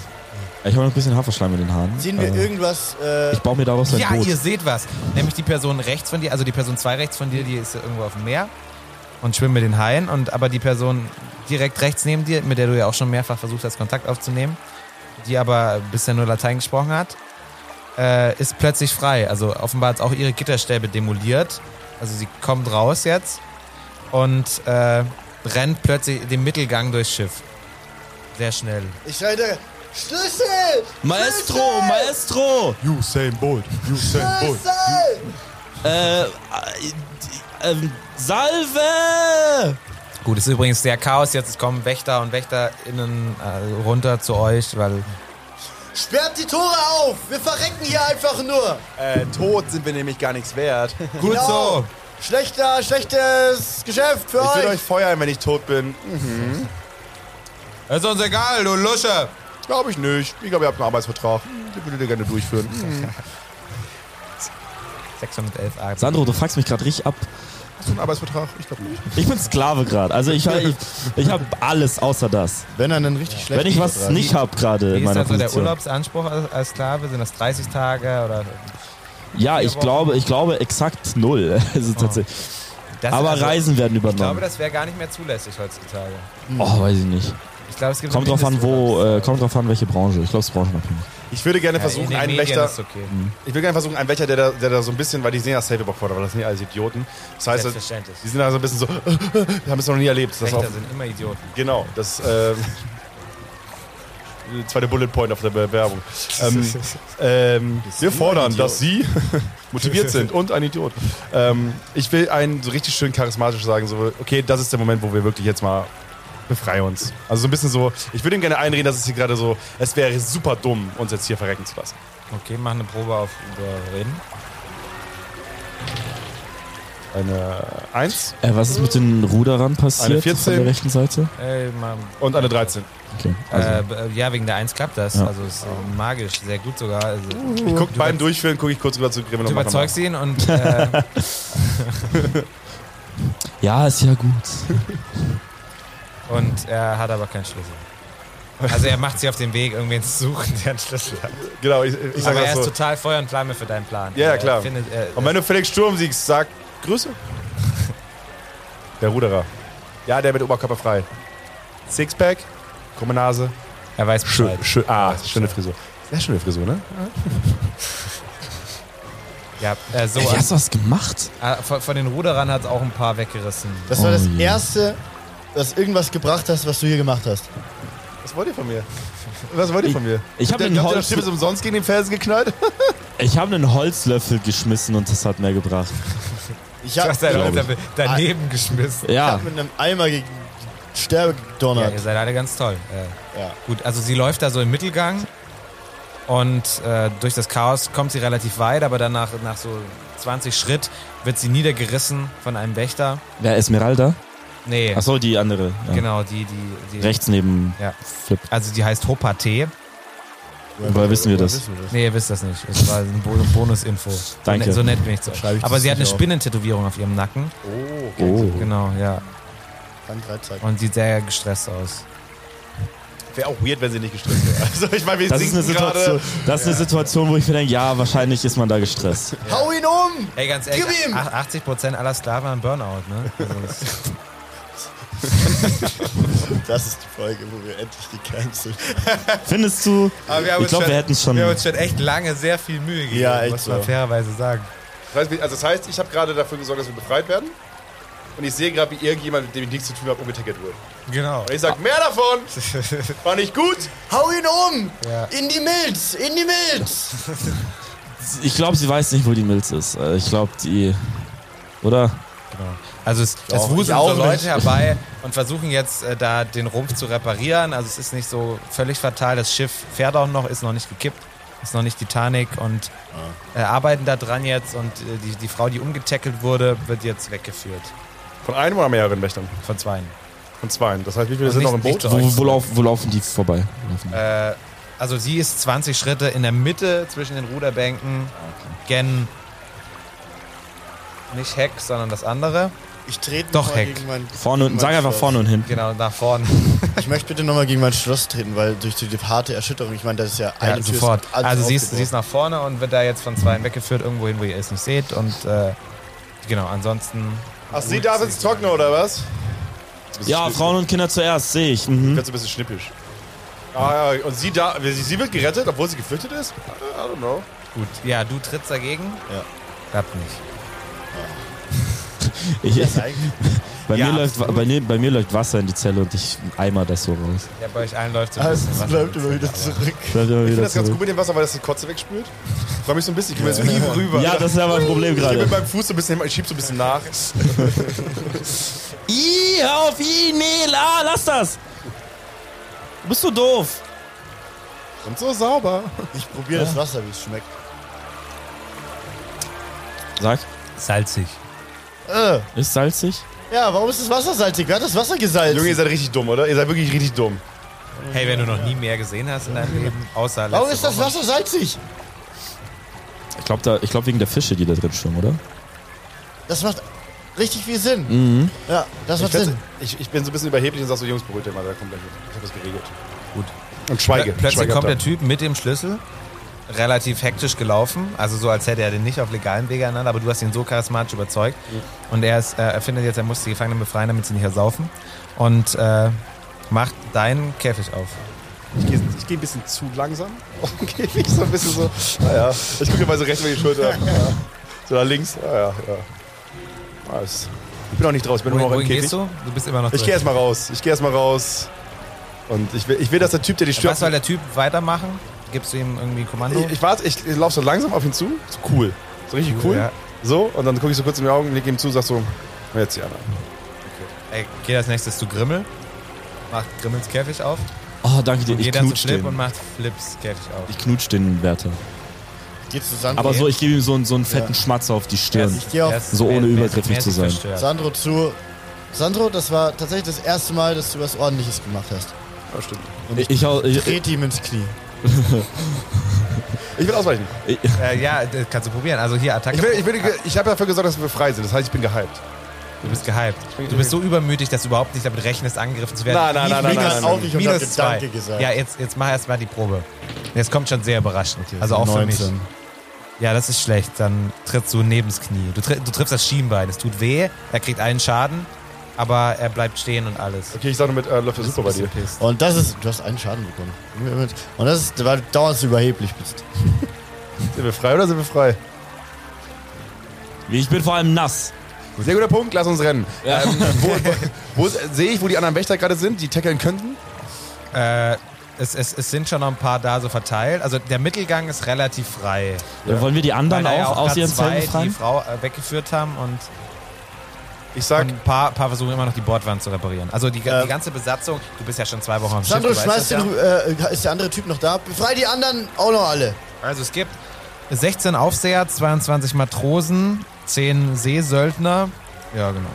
Speaker 4: ich habe noch ein bisschen Haferschleim in den Haaren.
Speaker 5: Sehen wir
Speaker 4: Äh,
Speaker 5: irgendwas? Äh,
Speaker 4: ich baue mir daraus ein
Speaker 3: Ja,
Speaker 4: Boot.
Speaker 3: ihr seht was. Nämlich die Person rechts von dir, also die Person zwei rechts von dir, die ist irgendwo auf dem Meer und schwimmt mit den Haien. Und aber die Person direkt rechts neben dir, mit der du ja auch schon mehrfach versucht hast, Kontakt aufzunehmen, die aber bisher nur Latein gesprochen hat, äh, ist plötzlich frei. Also offenbar hat auch ihre Gitterstäbe demoliert. Also sie kommt raus jetzt und äh, rennt plötzlich den Mittelgang durchs Ssch Schiff. Sehr schnell.
Speaker 5: ich schreie hinterher, Schlüssel!
Speaker 4: Maestro, Maestro!
Speaker 6: Usain Bolt, Usain Bolt.
Speaker 5: Schlüssel!
Speaker 4: Äh, äh, ähm, Salve!
Speaker 3: Gut, es ist übrigens sehr Chaos jetzt. Es kommen Wächter und WächterInnen äh, runter zu euch, weil
Speaker 5: Sperrt die Tore auf! Wir verrecken hier einfach nur!
Speaker 7: Äh, tot sind wir nämlich gar nichts wert. Ich
Speaker 3: Gut
Speaker 5: Genau. Schlechter, schlechtes Geschäft für
Speaker 6: Ich will
Speaker 5: euch!
Speaker 6: euch feuern, wenn ich tot bin. Hm,
Speaker 3: so.
Speaker 4: Genau.
Speaker 3: Ist uns egal, du Lusche.
Speaker 6: Glaube ich nicht. Ich glaube, ihr habt einen Arbeitsvertrag. Hm, Den würdet ihr gerne durchführen. Hm,
Speaker 3: 611 AP.
Speaker 4: Sandro, du fuckst mich gerade richtig ab.
Speaker 6: Hast du einen Arbeitsvertrag? Ich glaube nicht.
Speaker 4: Ich bin Sklave gerade. Also ich, ich, ich habe alles außer das.
Speaker 5: Wenn er einen richtig schlechten
Speaker 4: Wenn ich was nicht habe gerade
Speaker 3: Wie
Speaker 4: in
Speaker 3: ist
Speaker 4: meiner
Speaker 3: also der
Speaker 4: Position.
Speaker 3: Urlaubsanspruch als, als Sklave? Sind das 30 Tage oder?
Speaker 4: Ja, ich
Speaker 3: Wochen?
Speaker 4: glaube, ich glaube exakt null. Also tatsächlich.
Speaker 3: Das
Speaker 4: Aber
Speaker 3: Oh. also,
Speaker 4: Reisen werden
Speaker 3: Ich glaube,
Speaker 4: übernommen.
Speaker 3: das wäre gar nicht mehr zulässig heutzutage.
Speaker 4: oh, weiß ich nicht.
Speaker 3: Ich glaube, es gibt
Speaker 4: Kommt
Speaker 3: so
Speaker 4: drauf an, wo, äh,
Speaker 3: Mindesturlaubs-
Speaker 4: kommt drauf an, welche Branche. Ich glaube, es ist branchenabhängig.
Speaker 6: Ich würde gerne
Speaker 3: Ja, in
Speaker 6: versuchen,
Speaker 3: den
Speaker 6: einen
Speaker 3: Medien
Speaker 6: Wächter.
Speaker 3: Ist okay.
Speaker 6: Ich will gerne versuchen, einen Wächter, der da, der da so ein bisschen, weil die sehen ja Safe überfordert, weil das sind ja alles Idioten. Das heißt,
Speaker 3: Selbstverständlich.
Speaker 6: die sind da so ein bisschen so, wir haben es noch nie erlebt. Das auf,
Speaker 3: Wächter sind immer Idioten.
Speaker 6: genau, das äh, zweite Bullet Point auf der Bewerbung. Ähm, ähm, wir fordern, dass Sie motiviert sind und ein Idiot. Ähm, ich will einen so richtig schön charismatisch sagen, so, okay, das ist der Moment, wo wir wirklich jetzt mal befreie uns. Also so ein bisschen so, ich würde ihm gerne einreden, dass es hier gerade so, es wäre super dumm, uns jetzt hier verrecken zu lassen.
Speaker 3: Okay, mach eine Probe auf Überreden.
Speaker 6: Eine 1
Speaker 4: Äh, was ist mit den Ruderern passiert?
Speaker 6: Eine 14.
Speaker 4: Von der rechten Seite?
Speaker 3: Ey, mal,
Speaker 6: und eine 13.
Speaker 4: Okay. Also,
Speaker 3: äh, b- äh, ja, wegen der 1 klappt das.
Speaker 4: Ja.
Speaker 3: Also ist äh, magisch, sehr gut sogar. Also,
Speaker 6: Ich guck beim Durchführen, gucke ich kurz rüber zu Grimmel
Speaker 3: du
Speaker 6: und mach
Speaker 3: überzeugst ihn und äh,
Speaker 4: ja, ist ja gut.
Speaker 3: Und er hat aber keinen Schlüssel. Also er macht sich auf den Weg, irgendwen zu suchen, der einen Schlüssel hat.
Speaker 6: nochmal. Genau, ich, ich sag
Speaker 3: aber er
Speaker 6: das
Speaker 3: ist
Speaker 6: so.
Speaker 3: total Feuer und Flamme für deinen Plan.
Speaker 6: Ja,
Speaker 3: Er
Speaker 6: klar.
Speaker 3: Findet, äh, er,
Speaker 6: Und wenn du Felix Sturm siegst, sag Grüße. Der Ruderer. Ja, der mit Oberkörper frei. Sixpack, krumme Nase.
Speaker 3: er weiß
Speaker 6: Schön,
Speaker 3: Bescheid.
Speaker 6: schön, ah, schöne Frisur. Sehr schöne Frisur, ne?
Speaker 3: Ja, äh, so,
Speaker 4: Ey, wie hast du was gemacht?
Speaker 3: äh, von, von den Ruderern hat es auch ein paar weggerissen.
Speaker 5: Das war
Speaker 4: Oh
Speaker 5: das
Speaker 4: je.
Speaker 5: erste, was irgendwas gebracht hast, was du hier gemacht hast.
Speaker 6: Was wollt ihr von mir? Was wollt ihr von mir?
Speaker 4: Ich habe
Speaker 6: Der
Speaker 4: einen,
Speaker 6: glaubt, der
Speaker 4: Holz,
Speaker 6: Schiff ist umsonst gegen den Felsen geknallt.
Speaker 4: ich hab einen Holzlöffel geschmissen und das hat mehr gebracht.
Speaker 5: Ich hab,
Speaker 3: du hast dein
Speaker 5: ich
Speaker 3: Ruder
Speaker 6: Ah.
Speaker 3: daneben geschmissen.
Speaker 4: Ja.
Speaker 5: hab mit einem Eimer gegen die Sterbe
Speaker 3: Ja,
Speaker 5: gedonnert.
Speaker 3: ihr seid alle ganz toll. Äh,
Speaker 5: Ja.
Speaker 3: Gut, also sie läuft da so im Mittelgang und äh, durch das Chaos kommt sie relativ weit, aber danach nach so 20 Schritt wird sie niedergerissen von einem Wächter.
Speaker 4: Wer Esmeralda?
Speaker 3: Nee,
Speaker 4: Achso, die andere. Ja.
Speaker 3: genau, die, die, die
Speaker 4: Rechts neben
Speaker 3: Ja.
Speaker 4: Flip.
Speaker 3: Also die heißt Hopate.
Speaker 4: Woher wissen wir das?
Speaker 3: Nee, ihr wisst das nicht. Es war ein Bo- Bonusinfo.
Speaker 4: Danke.
Speaker 3: So nett bin ich zu
Speaker 5: Schreibe
Speaker 3: euch.
Speaker 5: ich
Speaker 3: Aber
Speaker 5: das
Speaker 3: sie hat eine
Speaker 5: nicht auf.
Speaker 3: Spinnentätowierung auf ihrem Nacken.
Speaker 4: Oh.
Speaker 3: Genau, ja.
Speaker 5: Kann drei Zeiten.
Speaker 3: Und sieht sehr gestresst aus.
Speaker 6: Wäre auch weird, wenn sie nicht gestritten wäre. Also ich meine, wir
Speaker 4: Das ist,
Speaker 6: sinken
Speaker 4: eine Situation,
Speaker 6: gerade.
Speaker 4: das ist eine Situation, wo ich mir denke, ja, wahrscheinlich ist man da gestresst.
Speaker 5: Hau ihn um!
Speaker 3: Ey, ganz ehrlich,
Speaker 5: Gib ihm!
Speaker 3: ach- 80% aller Sklaven haben Burnout, ne? Also das-
Speaker 5: Das ist die Folge, wo wir endlich gecancelt werden.
Speaker 4: Findest du? Ich glaube, wir hätten es schon.
Speaker 3: schon echt lange sehr viel Mühe gegeben,
Speaker 5: Ja, echt muss man so.
Speaker 3: fairerweise sagen.
Speaker 6: Also das heißt, ich habe gerade dafür gesorgt, dass wir befreit werden. und ich sehe gerade, wie irgendjemand, mit dem ich nichts zu tun habe, umgetackert wird.
Speaker 3: Genau.
Speaker 6: Und ich sage, mehr davon! War nicht gut!
Speaker 5: Hau ihn um!
Speaker 3: Ja.
Speaker 5: In die Milz! In die Milz!
Speaker 4: Ich glaube, sie weiß nicht, wo die Milz ist. Äh, Ich glaube, die. Oder?
Speaker 3: Also es, es
Speaker 5: Doch, ich
Speaker 3: wuseln
Speaker 5: auch
Speaker 3: so Leute
Speaker 5: nicht.
Speaker 3: herbei und versuchen jetzt äh, da den Rumpf zu reparieren. Also es ist nicht so völlig fatal. Das Schiff fährt auch noch, ist noch nicht gekippt, ist noch nicht Titanic und
Speaker 5: Ah.
Speaker 3: äh, arbeiten da dran jetzt. Und äh, die, die Frau, die umgetackelt wurde, wird jetzt weggeführt
Speaker 6: Von einem oder mehreren Wächtern?
Speaker 3: von zweien.
Speaker 6: Von zweien. Das heißt, wie viele
Speaker 3: Also
Speaker 6: sind noch im
Speaker 3: nicht-
Speaker 6: Boot?
Speaker 3: nicht
Speaker 4: Wo, wo, lauf, wo laufen die vorbei? Laufen die-
Speaker 3: Äh, also sie ist 20 Schritte in der Mitte zwischen den Ruderbänken. Gen nicht Heck, sondern das andere.
Speaker 5: Ich trete
Speaker 3: Doch,
Speaker 5: noch mal
Speaker 3: Heck.
Speaker 5: gegen mein.
Speaker 4: Vorne und,
Speaker 5: gegen
Speaker 4: sag
Speaker 5: mein
Speaker 4: einfach
Speaker 5: Schloss.
Speaker 4: vorne und hinten.
Speaker 3: Genau, nach vorne.
Speaker 5: Ich möchte bitte nochmal gegen mein Schloss treten, weil durch die harte Erschütterung, ich meine, das ist ja eine
Speaker 3: Ja,
Speaker 5: Tür
Speaker 3: sofort.
Speaker 5: ist alles
Speaker 3: Also sie ist,
Speaker 5: aufgebrochen.
Speaker 3: sie ist nach vorne und wird da jetzt von zweien weggeführt, irgendwo hin, wo ihr es nicht seht. Und äh, genau, ansonsten.
Speaker 6: Ach, sie darf ins Trockene, oder was?
Speaker 4: Ja, Frauen und Kinder zuerst, sehe ich. Mhm.
Speaker 6: Jetzt ein bisschen schnippisch. Ah, ja, und sie, da, sie, sie wird gerettet, obwohl sie geflüchtet ist? I don't know.
Speaker 3: Gut. Ja, du trittst dagegen.
Speaker 5: Ja.
Speaker 3: Klappt nicht.
Speaker 4: Ich,
Speaker 5: Das ist eigentlich-
Speaker 4: bei,
Speaker 3: Ja,
Speaker 4: mir läuft, wa- bei, mir- bei mir läuft Wasser in die Zelle und ich eimer das so raus.
Speaker 3: Ja, bei euch allen läuft so ein
Speaker 5: Alles
Speaker 3: bisschen was
Speaker 5: bleibt
Speaker 3: mit
Speaker 5: immer wieder
Speaker 3: aber-
Speaker 5: zurück.
Speaker 4: Läuft immer
Speaker 6: Ich
Speaker 4: wieder
Speaker 6: finde das ganz
Speaker 4: zurück.
Speaker 6: gut mit dem Wasser, weil das die Kotze wegspült. Ich freue mich so ein bisschen. Ich komme jetzt nie rüber.
Speaker 4: Ja, das ist ja mein Problem
Speaker 6: ich gehe mit
Speaker 4: gerade.
Speaker 6: meinem Fuß so ein bisschen, ich schieb so ein bisschen nach.
Speaker 4: Ih, hör auf, ih, nee, la, lass das! Bist du doof?
Speaker 6: Und so sauber.
Speaker 5: Ich probiere das Wasser, wie es schmeckt.
Speaker 4: Sag,
Speaker 3: Salzig.
Speaker 5: Äh,
Speaker 4: ist salzig?
Speaker 5: ja, warum ist das Wasser salzig? Wer hat das Wasser
Speaker 6: Junge, ihr
Speaker 5: gesalzen?
Speaker 6: seid richtig dumm, oder? Ihr seid wirklich richtig dumm.
Speaker 3: Hey, wenn du noch nie mehr gesehen hast in deinem Leben, außer
Speaker 5: Warum
Speaker 3: letzte
Speaker 5: ist das
Speaker 3: Woche.
Speaker 5: Wasser salzig?
Speaker 4: Ich glaube glaub wegen der Fische, die da drin schwimmen, oder?
Speaker 5: Das macht richtig viel Sinn. Ja, das
Speaker 6: Ich,
Speaker 5: macht
Speaker 6: find's-
Speaker 5: Sinn.
Speaker 6: ich, ich bin so ein bisschen überheblich und sag so, Jungs, beruhigt euch mal, da kommt gleich mit. Ich hab das geregelt. Gut. Und schweige.
Speaker 3: Plötzlich
Speaker 6: schweige
Speaker 3: kommt
Speaker 6: ab
Speaker 3: der
Speaker 6: da.
Speaker 3: Typ mit dem Schlüssel, relativ hektisch gelaufen, also so, als hätte er den nicht auf legalem Wege ernannt, aber du hast ihn so charismatisch überzeugt.
Speaker 6: Mhm.
Speaker 3: Und er, ist, äh, er findet jetzt, er muss die Gefangenen befreien, damit sie nicht ersaufen. Und äh, macht deinen Käfig auf.
Speaker 6: Ich gehe ich geh ein bisschen zu langsam. Okay, ich so ein bisschen so. Naja, ich gucke mal so rechts über die Schulter. Ja. So da links. Ah Ja, ja, ja. Alles. Ich bin auch nicht draus, ich bin immer noch im
Speaker 3: Wohin
Speaker 6: Käfig.
Speaker 3: gehst du? Du bist immer noch
Speaker 6: Ich gehe
Speaker 3: drin.
Speaker 6: erstmal raus. Ich gehe erstmal raus. Und ich will, ich will, dass der Typ, der dich stört.
Speaker 3: Was soll der Typ weitermachen? Gibst du ihm irgendwie ein Kommando?
Speaker 6: ich, ich warte, ich laufe so langsam auf ihn zu. So cool. So richtig cool.
Speaker 3: Ja.
Speaker 6: So, und dann gucke ich so kurz in die Augen, leg ihm zu, sag so, und jetzt die anderen.
Speaker 3: Ey, geh als nächstes zu Grimmel, macht Grimmels Käfig auf.
Speaker 4: Oh, danke dir.
Speaker 3: Und
Speaker 4: Ich
Speaker 3: geh dann zu
Speaker 4: knutsch
Speaker 3: Flip und
Speaker 4: den.
Speaker 3: macht Flips Käfig auf.
Speaker 4: Ich knutsch den Wärter.
Speaker 5: Geht zu Sandro.
Speaker 4: Aber so, ich gebe ihm so, einen- so einen fetten Schmatzer auf die Stirn.
Speaker 5: Ich gehe auf
Speaker 4: So ohne übergriffig zu sein.
Speaker 5: Sandro zu. Sandro, das war tatsächlich das erste Mal, dass du was Ordentliches gemacht hast.
Speaker 6: Ja, stimmt.
Speaker 4: Ich, ich, hau- ich,
Speaker 5: Dreht ihm ins Knie.
Speaker 6: Ich will ausweichen.
Speaker 3: Äh, ja, das kannst du probieren. Also hier, Attacke.
Speaker 6: Ich, will, ich, will, ich habe dafür gesorgt, dass wir frei sind. Das heißt, ich bin gehypt.
Speaker 3: Du bist gehypt. Du bist so übermütig, dass du überhaupt nicht damit rechnest, angegriffen zu werden.
Speaker 6: Nein,
Speaker 3: Minus-
Speaker 6: nein, nein,
Speaker 5: Ich
Speaker 6: nein,
Speaker 5: kann
Speaker 6: nein,
Speaker 5: auch nicht und hab
Speaker 3: Minus zwei.
Speaker 5: Gedanke gesagt.
Speaker 3: Ja, jetzt, jetzt mach erstmal die Probe. Jetzt kommt schon sehr überraschend. Also auch für mich. Ja, das ist schlecht. Dann trittst du neben das Knie. Du, tri du triffst das Schienbein. Es tut weh. Er kriegt allen Schaden. Aber er bleibt stehen und alles.
Speaker 6: Okay, ich sage nur mit, äh, läuft ja super bei dir.
Speaker 3: Pisst.
Speaker 5: Und das ist. Du hast einen Schaden bekommen. Und das ist, weil du dauernd so überheblich bist.
Speaker 6: Sind wir frei oder sind wir frei?
Speaker 4: ich bin vor allem nass.
Speaker 6: Sehr guter Punkt, lass uns rennen. Ähm, wo, wo, wo ist- sehe ich, wo die anderen Wächter gerade sind, die tackeln könnten?
Speaker 3: Äh, es, es, es sind schon noch ein paar da so verteilt. Also der Mittelgang ist relativ frei.
Speaker 4: Wollen wir die anderen
Speaker 3: Weil da ja
Speaker 4: auch aus
Speaker 3: grad
Speaker 4: ihren
Speaker 3: zwei
Speaker 4: Zellen
Speaker 3: die
Speaker 4: befreien?
Speaker 3: Frau äh, weggeführt haben und
Speaker 6: Ich sag,
Speaker 3: Und ein paar, paar versuchen immer noch die Bordwand zu reparieren. Also die, ga-
Speaker 5: Ähm.
Speaker 3: die ganze Besatzung, du bist ja schon zwei Wochen am Schiff.
Speaker 5: Sandro,
Speaker 3: du weißt
Speaker 5: schmeißt
Speaker 3: das
Speaker 5: den. Äh, ist der andere Typ noch da? Befrei die anderen auch noch alle.
Speaker 3: ja. Also es gibt 16 Aufseher, 22 Matrosen, 10 Seesöldner. Ja, genau.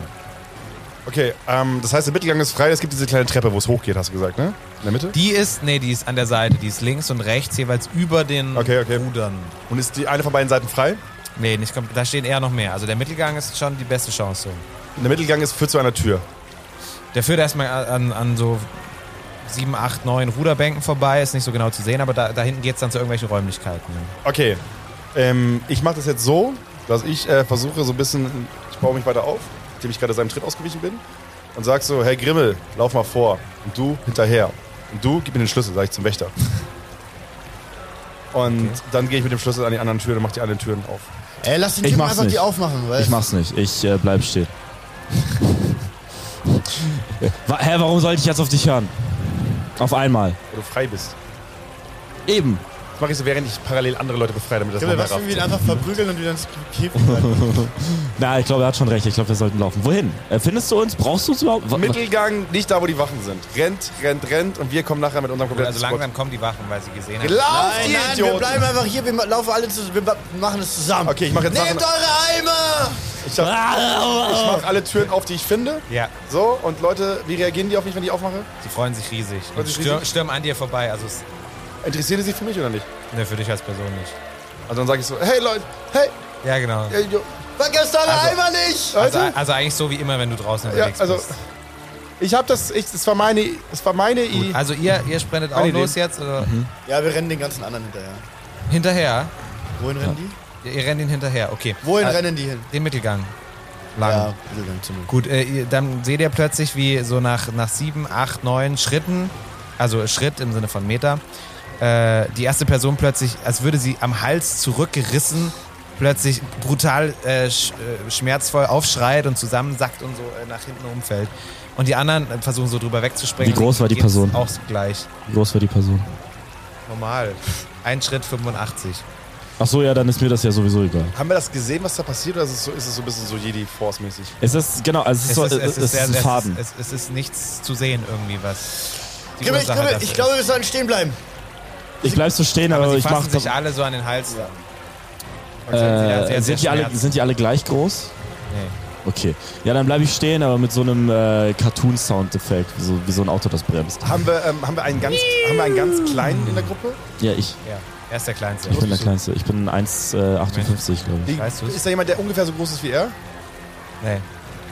Speaker 6: okay, ähm, das heißt, der Mittelgang ist frei, es gibt diese kleine Treppe, wo es hochgeht, hast du gesagt, ne? In der Mitte?
Speaker 3: Die ist, nee, die ist an der Seite, die ist links und rechts jeweils über den
Speaker 6: Okay, okay.
Speaker 3: Rudern.
Speaker 6: Und ist die eine von beiden Seiten frei?
Speaker 3: Nee, nicht komplett, da stehen eher noch mehr. Also der Mittelgang ist schon die beste Chance.
Speaker 6: Der Mittelgang ist führt zu einer Tür.
Speaker 3: Der führt erstmal an, an so 7, 8, 9 Ruderbänken vorbei, ist nicht so genau zu sehen, aber da, da hinten geht es dann zu irgendwelchen Räumlichkeiten.
Speaker 6: Okay, ähm, ich mache das jetzt so, dass ich äh, versuche so ein bisschen, ich baue mich weiter auf, indem ich gerade seinem Tritt ausgewichen bin und sag so, Herr Grimmel, lauf mal vor und du hinterher und du gib mir den Schlüssel, sage ich zum Wächter. Und dann gehe ich mit dem Schlüssel an die anderen Türen und mache die anderen Türen auf.
Speaker 5: Ey, lass den
Speaker 4: Ich
Speaker 5: Typen
Speaker 4: mach's
Speaker 5: einfach die
Speaker 4: nicht.
Speaker 5: aufmachen, weil.
Speaker 4: Ich mach's nicht. Ich äh, bleib stehen. Wa- Hä, warum sollte ich jetzt auf dich hören? Auf einmal.
Speaker 6: Weil du frei bist.
Speaker 4: Eben.
Speaker 6: Das mache ich so, während ich parallel andere Leute befreie, damit das
Speaker 5: Ich glaube,
Speaker 6: nochmal
Speaker 5: wir müssen
Speaker 6: rafft.
Speaker 5: ihn einfach verprügeln und wieder ins Käfig
Speaker 4: Na, ich glaube, er hat schon recht. Ich glaube, wir sollten laufen. Wohin? Äh, Findest du uns? Brauchst du uns überhaupt? Wa-
Speaker 6: Mittelgang, nicht da, wo die Wachen sind. Rennt, rennt, rennt und wir kommen nachher mit unserem kompletten
Speaker 3: Also langsam kommen die Wachen, weil sie gesehen haben.
Speaker 6: Squad. Lauf,
Speaker 5: Nein,
Speaker 6: ihr
Speaker 5: nein, wir
Speaker 6: Idioten!
Speaker 5: bleiben einfach hier, wir ma- laufen alle zusammen, wir ma- machen es zusammen.
Speaker 6: Okay, ich mache jetzt
Speaker 5: Nehmt
Speaker 6: Sachen-
Speaker 5: eure Eimer!
Speaker 6: Ich sag, ich mache alle Türen auf, die ich finde.
Speaker 3: Ja,
Speaker 6: So, und Leute, wie reagieren die auf mich, wenn ich aufmache?
Speaker 3: sie freuen sich riesig. Und
Speaker 6: Freuen sich
Speaker 3: stürm,
Speaker 6: riesig?
Speaker 3: stürmen an dir vorbei. Also es-
Speaker 6: Interessieren die sich für mich oder nicht?
Speaker 3: ne, für dich als Person nicht.
Speaker 6: Also dann sage ich so, hey Leute, hey,
Speaker 3: Ja, genau.
Speaker 6: hey yo,
Speaker 5: Vergesst eure Eimer nicht!
Speaker 3: Also,
Speaker 6: Leute.
Speaker 3: also eigentlich so wie immer, wenn du draußen
Speaker 6: Ja,
Speaker 3: unterwegs
Speaker 6: also,
Speaker 3: bist.
Speaker 6: ich habe das, ich, das war meine, das war meine Idee.
Speaker 3: Also ihr, ihr sprintet auch
Speaker 6: Idee.
Speaker 3: los jetzt? Oder?
Speaker 5: Ja, wir rennen den ganzen anderen hinterher.
Speaker 3: Hinterher?
Speaker 5: Wohin rennen die?
Speaker 3: Ihr, ihr rennt ihn hinterher, okay.
Speaker 5: Wohin
Speaker 3: Also,
Speaker 5: rennen die hin?
Speaker 3: Den Mittelgang. Lang.
Speaker 5: Ja, Mittelgang zu mir.
Speaker 3: Gut, äh, ihr- dann seht ihr plötzlich, wie so nach, nach sieben, acht, neun Schritten, also Schritt im Sinne von Meter, äh, die erste Person plötzlich, als würde sie am Hals zurückgerissen, plötzlich brutal äh, sch, äh, schmerzvoll aufschreit und zusammensackt und so äh, nach hinten umfällt. Und die anderen äh, versuchen so drüber wegzuspringen.
Speaker 4: Wie groß war die
Speaker 3: Geht's
Speaker 4: Person?
Speaker 3: Auch gleich.
Speaker 4: Wie groß war die Person?
Speaker 3: Normal. Ein Schritt 85.
Speaker 4: Ach so, ja, dann ist mir das ja sowieso egal.
Speaker 6: Haben wir das gesehen, was da passiert, oder ist es so, ist es so ein bisschen so Jedi-Force-mäßig?
Speaker 4: Es ist, genau, also es ist, so, es ist,
Speaker 3: sehr-
Speaker 4: ein Faden.
Speaker 3: Es, es ist nichts zu sehen irgendwie, was die
Speaker 5: Kribbel,
Speaker 3: Ursache
Speaker 5: kribbel,
Speaker 3: dafür
Speaker 5: ich
Speaker 3: ist.
Speaker 5: glaube, wir sollen stehen bleiben.
Speaker 4: ich bleib so stehen, aber,
Speaker 3: Aber sie
Speaker 4: Also ich mach...
Speaker 3: fassen sich alle so an den Hals. Und
Speaker 4: äh,
Speaker 3: sehr, sehr
Speaker 4: sind, die alle,
Speaker 3: schmerz-
Speaker 4: sind die alle gleich groß?
Speaker 3: Nee.
Speaker 4: Okay. Ja, dann bleibe ich stehen, aber mit so einem äh, Cartoon-Soundeffekt, so, wie so ein Auto, das bremst.
Speaker 6: Haben wir, ähm, haben wir einen ganz, haben wir einen ganz kleinen in der Gruppe?
Speaker 4: Ja, ich.
Speaker 3: Ja, er ist der Kleinste.
Speaker 4: Ich bin der Kleinste. Ich bin 1,58, glaube ich.
Speaker 6: Wie,
Speaker 3: Weißt du's?
Speaker 6: ist da jemand, der ungefähr so groß ist wie er?
Speaker 3: Nee,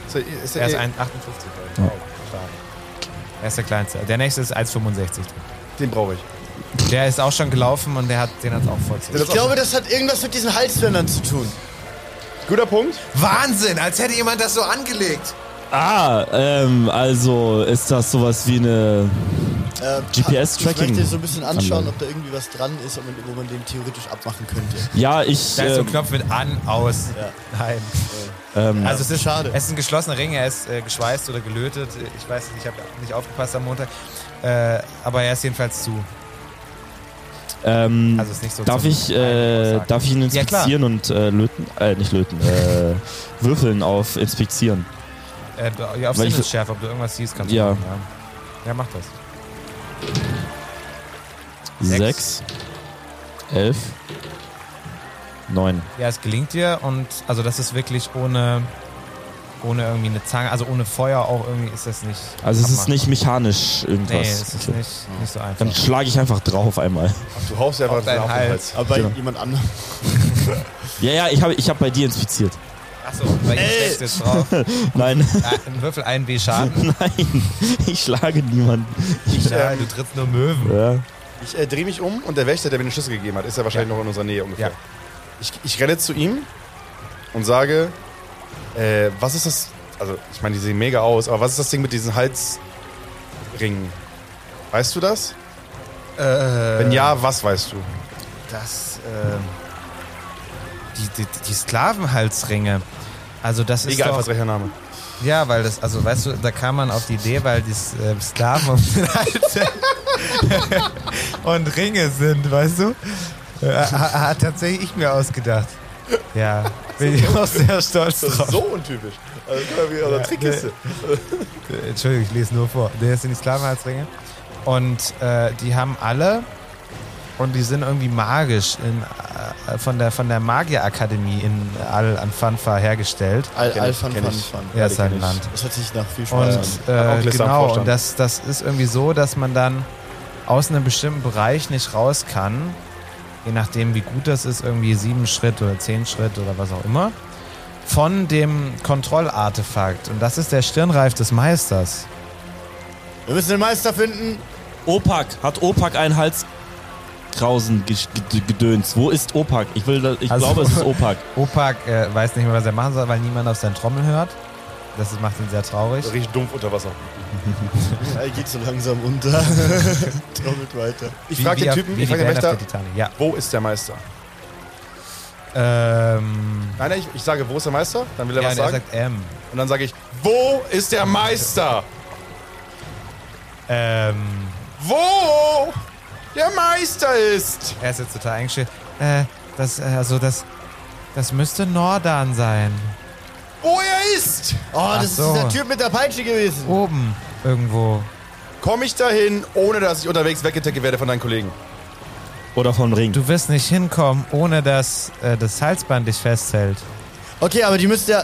Speaker 6: Ist er, ist
Speaker 3: er ist
Speaker 6: eh-
Speaker 3: 158. Ja. Er ist der Kleinste. Der nächste ist 1,65.
Speaker 6: den brauche ich.
Speaker 3: Der ist auch schon gelaufen und der hat, den hat es auch voll zu.
Speaker 5: Ich glaube, das hat irgendwas mit diesen Halsbändern zu tun.
Speaker 6: Guter Punkt.
Speaker 3: Wahnsinn, als hätte jemand das so angelegt.
Speaker 4: Ah, ähm, also ist das sowas wie eine.
Speaker 5: Äh,
Speaker 4: GPS-Tracking.
Speaker 5: Ich möchte so ein bisschen anschauen, ob da irgendwie was dran ist, ob man- wo man den theoretisch abmachen könnte.
Speaker 4: Ja, ich.
Speaker 3: Da ist so ein
Speaker 4: Ähm,
Speaker 3: Knopf mit an, aus.
Speaker 5: Ja.
Speaker 3: Nein.
Speaker 4: ähm,
Speaker 3: Also es ist
Speaker 5: schade.
Speaker 3: Es ist ein geschlossener Ring, er ist äh, geschweißt oder gelötet. Ich weiß nicht, ich habe nicht aufgepasst am Montag. Äh, aber er ist jedenfalls zu.
Speaker 4: ähm,
Speaker 3: Also es ist nicht so
Speaker 4: darf
Speaker 3: zum
Speaker 4: ich, äh,
Speaker 3: Aussagen.
Speaker 4: darf ich ihn
Speaker 3: Ja, klar.
Speaker 4: inspizieren und äh, löten? Äh, nicht löten. Äh, würfeln auf inspizieren.
Speaker 3: Äh, be- ja, auf
Speaker 4: Weil ich-
Speaker 3: Sinnesschärfe, ob du irgendwas siehst, kannst du
Speaker 4: Ja.
Speaker 3: machen, ja. Ja, mach das. Sechs.
Speaker 4: Sechs. Elf. Neun.
Speaker 3: Ja, es gelingt dir und also das ist wirklich ohne, ohne irgendwie eine Zange, also ohne Feuer auch irgendwie ist das nicht.
Speaker 4: Also es ist
Speaker 3: abmachbar.
Speaker 4: nicht mechanisch
Speaker 3: Nee,
Speaker 4: irgendwas.
Speaker 3: es ist
Speaker 4: Okay.
Speaker 3: nicht, nicht so einfach.
Speaker 4: Dann schlage ich einfach drauf einmal.
Speaker 6: Du haust ja einfach
Speaker 3: Auf deinen
Speaker 6: auf den
Speaker 3: Hals.
Speaker 5: Aber bei
Speaker 4: Genau.
Speaker 5: jemand anderem.
Speaker 4: Ja, ja, ich habe ich hab bei dir inspiziert.
Speaker 3: Achso, weil ihr schlägst jetzt drauf.
Speaker 4: Nein,
Speaker 3: Ein Würfel ein W Schaden.
Speaker 4: nein, ich schlage niemanden.
Speaker 3: Ja, du trittst nur Möwen.
Speaker 4: Ja.
Speaker 6: Ich äh, drehe mich um und der Wächter, der mir den Schlüssel gegeben hat, ist ja wahrscheinlich noch in unserer Nähe ungefähr.
Speaker 3: Ja.
Speaker 6: Ich, ich renne zu ihm und sage, äh, was ist das? Also, ich meine, die sehen mega aus, aber was ist das Ding mit diesen Halsringen? Weißt du das? Äh, Wenn ja, was weißt du?
Speaker 3: Das, ähm, die, die, die Sklavenhalsringe. Also das ist
Speaker 6: Mega
Speaker 3: doch,
Speaker 6: einfallsreicher Name.
Speaker 3: ja, weil das, also weißt du, da kam man auf die Idee, weil die äh, Sklaven und, und Ringe sind, weißt du? Äh, ha- ha- Hat tatsächlich ich mir ausgedacht. Ja, bin ich auch sehr stolz drauf.
Speaker 6: so untypisch. Also, also
Speaker 3: Trickkiste. Äh, Entschuldigung, ich lese nur vor. Der sind die Sklavenhalsringe. Und äh, die haben alle und die sind irgendwie magisch in, äh, von der, von der Magierakademie in Al Anfanfa hergestellt.
Speaker 5: Al
Speaker 6: Kenn ich,
Speaker 5: Alphan
Speaker 6: kenn
Speaker 5: Fun
Speaker 6: ich.
Speaker 5: Fun.
Speaker 3: Ja, ist halt ein
Speaker 6: ich.
Speaker 3: Land.
Speaker 5: Das hört sich nach viel Spaß an.
Speaker 3: Und
Speaker 6: Hat auch
Speaker 3: äh,
Speaker 6: Glitzer am
Speaker 3: genau,
Speaker 6: Vorstand.
Speaker 3: und das, das ist irgendwie so, dass man dann aus einem bestimmten Bereich nicht raus kann, je nachdem wie gut das ist, irgendwie sieben Schritt oder zehn Schritt oder was auch immer, von dem Kontrollartefakt. Und das ist der Stirnreif des Meisters.
Speaker 5: Wir müssen den Meister finden.
Speaker 4: Opak, hat Opak einen Hals? Krausen ges- ged- gedöns. Wo ist Opak? Ich will, da- ich
Speaker 3: Also-
Speaker 4: glaube, es ist Opak.
Speaker 3: Opak äh, weiß nicht mehr, was er machen soll, weil niemand auf seinen Trommel hört. Das macht ihn sehr traurig.
Speaker 6: Riecht dumpf unter Wasser.
Speaker 5: Er geht so langsam unter. Trommelt weiter.
Speaker 6: Ich
Speaker 3: Wie-
Speaker 6: frage
Speaker 3: wie
Speaker 6: den
Speaker 3: auf-
Speaker 6: Typen,
Speaker 3: wie
Speaker 6: ich
Speaker 3: die
Speaker 6: frage den
Speaker 3: Band auf
Speaker 6: Wächter,
Speaker 3: der Titanic. Ja.
Speaker 6: wo ist der Meister?
Speaker 3: Ähm,
Speaker 6: Nein, nein, ich, ich sage, wo ist der Meister? Dann will er
Speaker 3: ja, ähm,
Speaker 6: was
Speaker 3: und er
Speaker 6: sagen.
Speaker 3: sagt M.
Speaker 6: Und dann sage ich, wo ist der Meister?
Speaker 3: Ähm,
Speaker 6: Wo der Meister ist.
Speaker 3: er ist jetzt total eingestellt. Äh, das, äh, also das, das müsste Nordan sein.
Speaker 6: Wo er ist.
Speaker 5: Oh, das
Speaker 3: so. Oh.
Speaker 5: ist dieser Typ mit der Peitsche gewesen.
Speaker 3: Oben irgendwo.
Speaker 6: Komme ich dahin, ohne dass ich unterwegs weggetackt werde von deinen Kollegen?
Speaker 4: Oder vom Ring.
Speaker 3: Du wirst nicht hinkommen, ohne dass äh, das Halsband dich festhält.
Speaker 5: Okay, aber die müsste ja.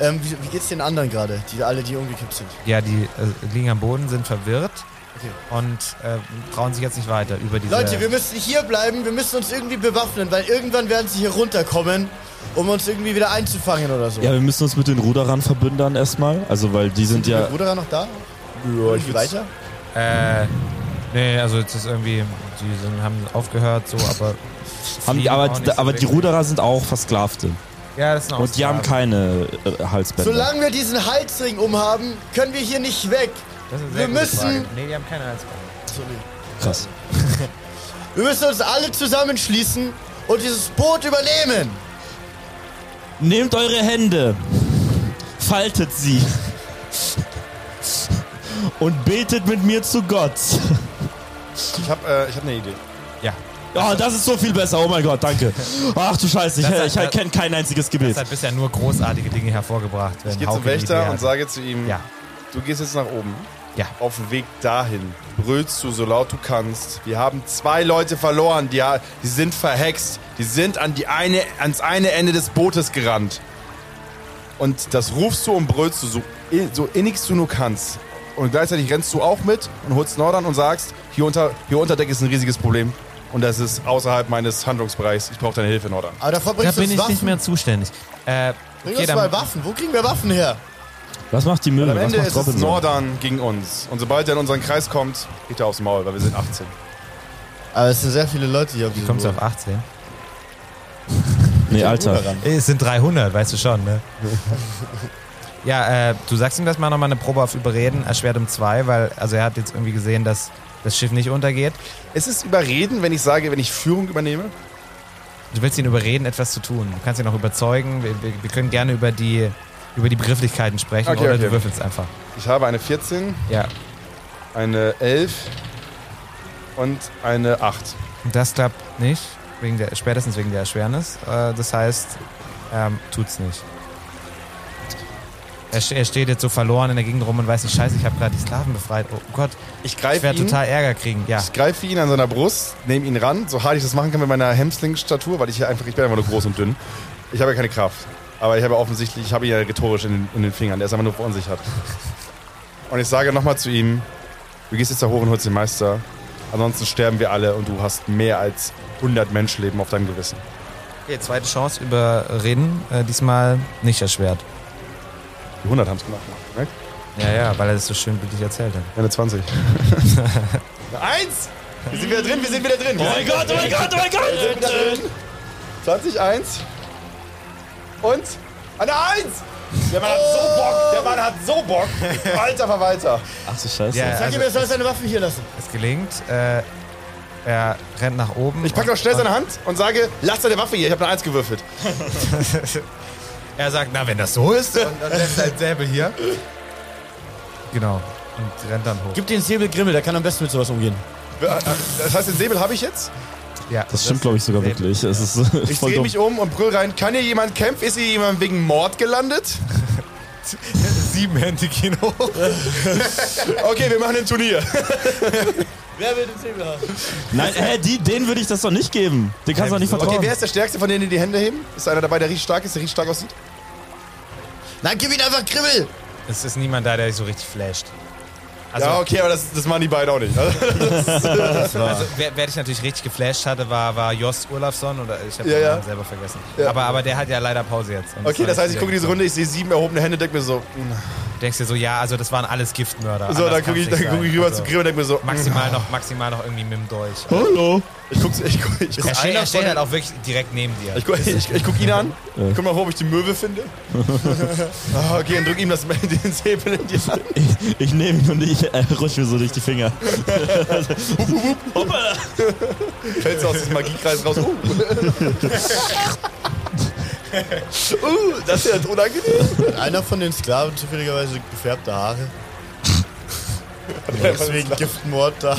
Speaker 5: Ähm, wie, wie geht's den anderen gerade? Die alle, die umgekippt sind.
Speaker 3: Ja, die äh, liegen am Boden, sind verwirrt
Speaker 5: Okay.
Speaker 3: und äh, trauen sich jetzt nicht weiter über diese...
Speaker 5: Leute, wir müssen hier bleiben, wir müssen uns irgendwie bewaffnen, weil irgendwann werden sie hier runterkommen, um uns irgendwie wieder einzufangen oder so.
Speaker 4: Ja, wir müssen uns mit den Ruderern verbündern erstmal. Also, weil die sind
Speaker 5: Ist der
Speaker 4: ja.
Speaker 5: Bruder noch da?
Speaker 6: Ja,
Speaker 5: Irgendwie weiter?
Speaker 3: Äh, nee, also jetzt ist irgendwie... Die sind, haben aufgehört, so, aber...
Speaker 4: Haben,
Speaker 3: fliegen
Speaker 4: aber
Speaker 3: auch nicht so
Speaker 4: aber die
Speaker 3: wirklich.
Speaker 4: Ruderer sind auch Versklavte.
Speaker 3: Ja, das sind
Speaker 4: Und die haben
Speaker 3: Ausgaben.
Speaker 4: keine äh, Halsbänder.
Speaker 5: Solange wir diesen Halsring umhaben, können wir hier nicht weg.
Speaker 3: Das ist eine
Speaker 5: wir
Speaker 3: sehr gute
Speaker 5: müssen-
Speaker 3: Frage. Nee, die haben keine Halsband.
Speaker 5: Sorry.
Speaker 4: Krass.
Speaker 5: Wir müssen uns alle zusammenschließen und dieses Boot übernehmen.
Speaker 4: Nehmt eure Hände, faltet sie und betet mit mir zu Gott.
Speaker 6: Ich habe äh, ich hab eine Idee.
Speaker 3: Ja,
Speaker 4: Oh, das ist so viel besser. Oh mein Gott, danke. Ach du Scheiße, ich,
Speaker 3: Das hat-
Speaker 4: ich erkenne kein einziges Gebet.
Speaker 3: das hat bisher nur großartige Dinge hervorgebracht. Wenn
Speaker 6: Ich gehe
Speaker 3: Hauke
Speaker 6: zum
Speaker 3: die Idee
Speaker 6: Wächter und
Speaker 3: hat.
Speaker 6: sage zu ihm,
Speaker 3: Ja,
Speaker 6: du gehst jetzt nach oben.
Speaker 3: ja.
Speaker 6: Auf dem Weg dahin brüllst du so laut du kannst. Wir haben zwei Leute verloren, die, ha- die sind verhext. Die sind an die eine, ans eine Ende des Bootes gerannt. Und das rufst du und brüllst du so, i- so innigst du nur kannst. Und gleichzeitig rennst du auch mit und holst Nordern und sagst, hier unter, hier unter Deck ist ein riesiges Problem. Und das ist außerhalb meines Handlungsbereichs. Ich brauche deine Hilfe, Nordern.
Speaker 5: Aber davor
Speaker 3: Da
Speaker 5: bringst du
Speaker 3: bin
Speaker 5: uns
Speaker 3: ich
Speaker 5: Waffen.
Speaker 3: nicht mehr zuständig. Äh,
Speaker 5: Bring
Speaker 3: okay,
Speaker 5: uns mal
Speaker 3: dann,
Speaker 5: Waffen. Wo kriegen wir Waffen her?
Speaker 4: Was macht die Mühle?
Speaker 6: Am
Speaker 4: Was
Speaker 6: Ende
Speaker 4: macht
Speaker 6: ist es
Speaker 4: Robinson?
Speaker 6: Nordern gegen uns. Und sobald er in unseren Kreis kommt, geht er aufs Maul, weil wir sind 18.
Speaker 5: Aber es sind sehr viele Leute hier auf diesem
Speaker 3: kommst du
Speaker 5: Boot.
Speaker 3: auf 18?
Speaker 4: Nee, Alter.
Speaker 3: Ey, Es sind 300, weißt du schon, ne? ja, äh, du sagst ihm das mal nochmal eine Probe auf Überreden, erschwert um zwei, weil also er hat jetzt irgendwie gesehen, dass das Schiff nicht untergeht.
Speaker 6: Es ist überreden, wenn ich sage, wenn ich Führung übernehme.
Speaker 3: Du willst ihn überreden, etwas zu tun. Du kannst ihn auch überzeugen. Wir, wir, wir können gerne über die, über die Begrifflichkeiten sprechen
Speaker 6: Okay,
Speaker 3: oder
Speaker 6: okay.
Speaker 3: du würfelst einfach.
Speaker 6: Ich habe eine 14,
Speaker 3: Ja.
Speaker 6: eine 11 und eine 8.
Speaker 3: Und das klappt nicht, wegen der, spätestens wegen der Erschwernis. Äh, das heißt, ähm, tut's nicht. Er, st- er steht jetzt so verloren in der Gegend rum und weiß nicht, scheiße, ich habe gerade die Sklaven befreit. Oh Gott,
Speaker 6: Ich
Speaker 3: ich
Speaker 6: greife
Speaker 3: werde
Speaker 6: ihn,
Speaker 3: total Ärger kriegen. Ja.
Speaker 6: ich greife ihn an seiner Brust, nehme ihn ran, so hart ich das machen kann mit meiner Hemsling-Statur, weil ich ja einfach, ich bin einfach nur groß und dünn. Ich habe ja keine Kraft. Aber ich habe offensichtlich, ich habe ihn ja rhetorisch in den, in den Fingern, der ist einfach nur verunsichert. Und ich sage nochmal zu ihm, du gehst jetzt da hoch und holst den Meister. Ansonsten sterben wir alle und du hast mehr als 100 Menschenleben auf deinem Gewissen.
Speaker 3: Okay, zweite Chance überreden, äh, diesmal nicht erschwert.
Speaker 6: Die 100 haben es gemacht. Ne?
Speaker 3: Ja, ja, weil er das so schön bildlich erzählt hat.
Speaker 6: Eine 20. Eins! Wir sind wieder drin, wir sind wieder drin.
Speaker 4: Oh mein Gott, oh mein Gott, oh mein Gott!
Speaker 6: 20, 1. Und eine 1! Der Mann hat so Bock, der Mann hat so Bock. Alter Verwalter.
Speaker 4: Ach du Scheiße.
Speaker 3: Ja,
Speaker 5: Sag
Speaker 3: also,
Speaker 5: ihm, er soll seine Waffen hier lassen.
Speaker 3: es gelingt. Äh, er rennt nach oben.
Speaker 6: Ich packe noch schnell seine Hand und sage, lass deine Waffe hier, ich habe eine 1 gewürfelt.
Speaker 3: Er sagt, na, wenn das so ist, und dann lässt sein Säbel hier. Genau. Und rennt dann hoch.
Speaker 5: Gib den Säbel Grimmel, der kann am besten mit sowas umgehen.
Speaker 6: Das heißt, den Säbel habe ich jetzt.
Speaker 3: Ja,
Speaker 4: Das stimmt, glaube ich, sogar wirklich. Es ist
Speaker 6: Ich
Speaker 4: voll
Speaker 6: drehe
Speaker 4: dumm.
Speaker 6: mich um und brüll rein. Kann hier jemand kämpfen? Ist hier jemand wegen Mord gelandet?
Speaker 3: Siebenhändig hin hoch.
Speaker 6: Okay, wir machen ein Turnier.
Speaker 5: Wer will den Säbel haben?
Speaker 4: Nein, hä, die, den würde ich das doch nicht geben. Den kannst du doch nicht
Speaker 6: Okay,
Speaker 4: vertrauen.
Speaker 6: wer ist der Stärkste von denen, die die Hände heben? Ist einer dabei, der richtig stark ist, der richtig stark aussieht?
Speaker 5: Nein, gib ihn einfach Grimmel.
Speaker 3: Es ist niemand da, der dich so richtig flasht. Also,
Speaker 6: Ja, okay, aber das, das machen die beiden auch nicht. Also,
Speaker 3: also wer, wer dich natürlich richtig geflasht hatte, war, war Jos Olafsson oder ich habe
Speaker 6: Ja,
Speaker 3: den
Speaker 6: ja.
Speaker 3: Namen selber vergessen. Aber, aber der hat ja leider Pause jetzt. Und
Speaker 6: Okay,
Speaker 3: war
Speaker 6: das
Speaker 3: nicht
Speaker 6: heißt, ich gucke diese Runde, ich sehe sieben erhobene Hände, denke mir so, mm.
Speaker 3: Du denkst dir so, ja, also das waren alles Giftmörder.
Speaker 6: so,
Speaker 3: Anders
Speaker 6: dann gucke
Speaker 3: kann's
Speaker 6: ich,
Speaker 3: nicht
Speaker 6: dann guck
Speaker 3: sein.
Speaker 6: ich rüber
Speaker 3: Also,
Speaker 6: zu Grimm und denke mir so, mm.
Speaker 3: Maximal noch, maximal noch irgendwie mit dem Dolch.
Speaker 4: Hallo.
Speaker 6: ich guck, ich guck, ich guck,
Speaker 3: Er steht, er
Speaker 6: einer
Speaker 3: steht
Speaker 6: von-
Speaker 3: halt auch wirklich direkt neben dir.
Speaker 6: ich guck, ich, ich guck ihn an, ich guck mal, hoch, ob ich die Möwe finde. Ah, okay, und drück ihm das, den Säbel in die Hand.
Speaker 4: Ich, ich nehme ihn und ich äh, rutsche mir so durch die Finger. Hoppala.
Speaker 6: Fällst du aus diesem Magiekreis raus. Uh. uh, das ist ja unangenehm.
Speaker 5: Einer von den Sklaven zufälligerweise gefärbte Haare. Deswegen Giftmord da.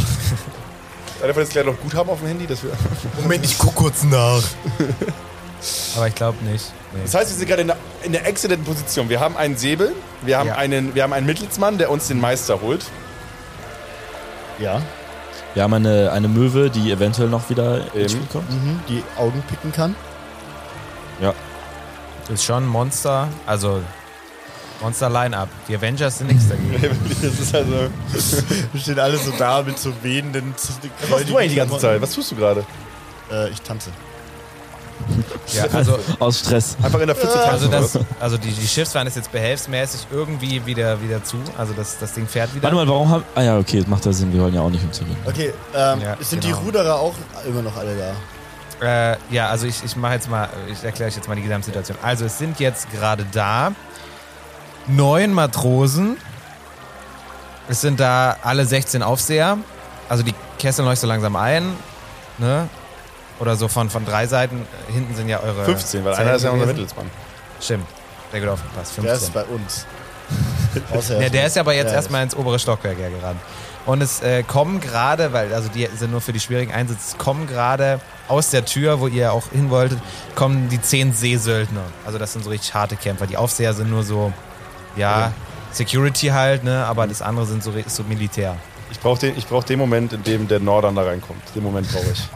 Speaker 6: Einer von uns gleich noch Guthaben auf dem Handy. Dass wir
Speaker 5: Moment, ich guck kurz nach.
Speaker 3: Aber ich glaube nicht. Nee.
Speaker 6: das heißt, wir sind gerade in der, in der exzellenten Position. Wir haben einen Säbel, wir haben,
Speaker 3: Ja.
Speaker 6: einen, wir haben einen Mittelsmann, der uns den Meister holt.
Speaker 5: Ja,
Speaker 4: Wir haben eine, eine Möwe, die eventuell noch wieder
Speaker 6: Eben.
Speaker 4: ins Spiel kommt.
Speaker 5: mhm, die Augen picken kann.
Speaker 3: Ist schon ein Monster, also Monster Line-Up. Die Avengers sind nichts dagegen.
Speaker 6: Das ist also.
Speaker 5: Wir stehen alle so da mit so wehenden, zu-
Speaker 6: Was machst du eigentlich die ganze Zeit? Was tust du gerade?
Speaker 5: Äh, ich tanze.
Speaker 3: ja, also
Speaker 4: Aus Stress.
Speaker 6: Einfach in der Pfütze
Speaker 3: also,
Speaker 6: tanzen,
Speaker 3: das,
Speaker 6: oder?
Speaker 3: also die, die Schiffswand ist jetzt behelfsmäßig irgendwie wieder, wieder zu. Also das, das Ding fährt wieder.
Speaker 4: Warte mal, warum haben. Ah ja, okay, macht ja Sinn. Wir wollen ja auch nicht umzugehen.
Speaker 5: Okay, ähm,
Speaker 3: Ja,
Speaker 5: sind
Speaker 3: genau.
Speaker 5: die Ruderer auch immer noch alle da?
Speaker 3: Äh, ja, also ich, ich mache jetzt mal, ich erkläre euch jetzt mal die Gesamtsituation. Also es sind jetzt gerade da neun Matrosen. Es sind da alle 16 Aufseher. Also die kesseln euch so langsam ein, ne? Oder so von, von drei Seiten. Hinten sind ja eure.
Speaker 6: 15, weil
Speaker 3: Zellen
Speaker 6: einer ist ja unser
Speaker 3: gewesen.
Speaker 6: Mittelsmann.
Speaker 3: Stimmt. Sehr gut aufgepasst. 15.
Speaker 5: Der ist bei uns. Außer
Speaker 3: Ja, der ist aber jetzt
Speaker 5: Ja,
Speaker 3: erstmal ins obere Stockwerk ja gerannt. Und es äh, kommen gerade, weil, also die sind nur für die schwierigen Einsätze, es kommen gerade aus der Tür, wo ihr auch hin wolltet, kommen die zehn Seesöldner. Also das sind so richtig harte Kämpfer. Die Aufseher sind nur so, ja, Security halt, ne, aber das andere sind so, re- so Militär.
Speaker 6: Ich brauche den, ich brauch den Moment, in dem der Nordern da reinkommt. Den Moment brauche ich.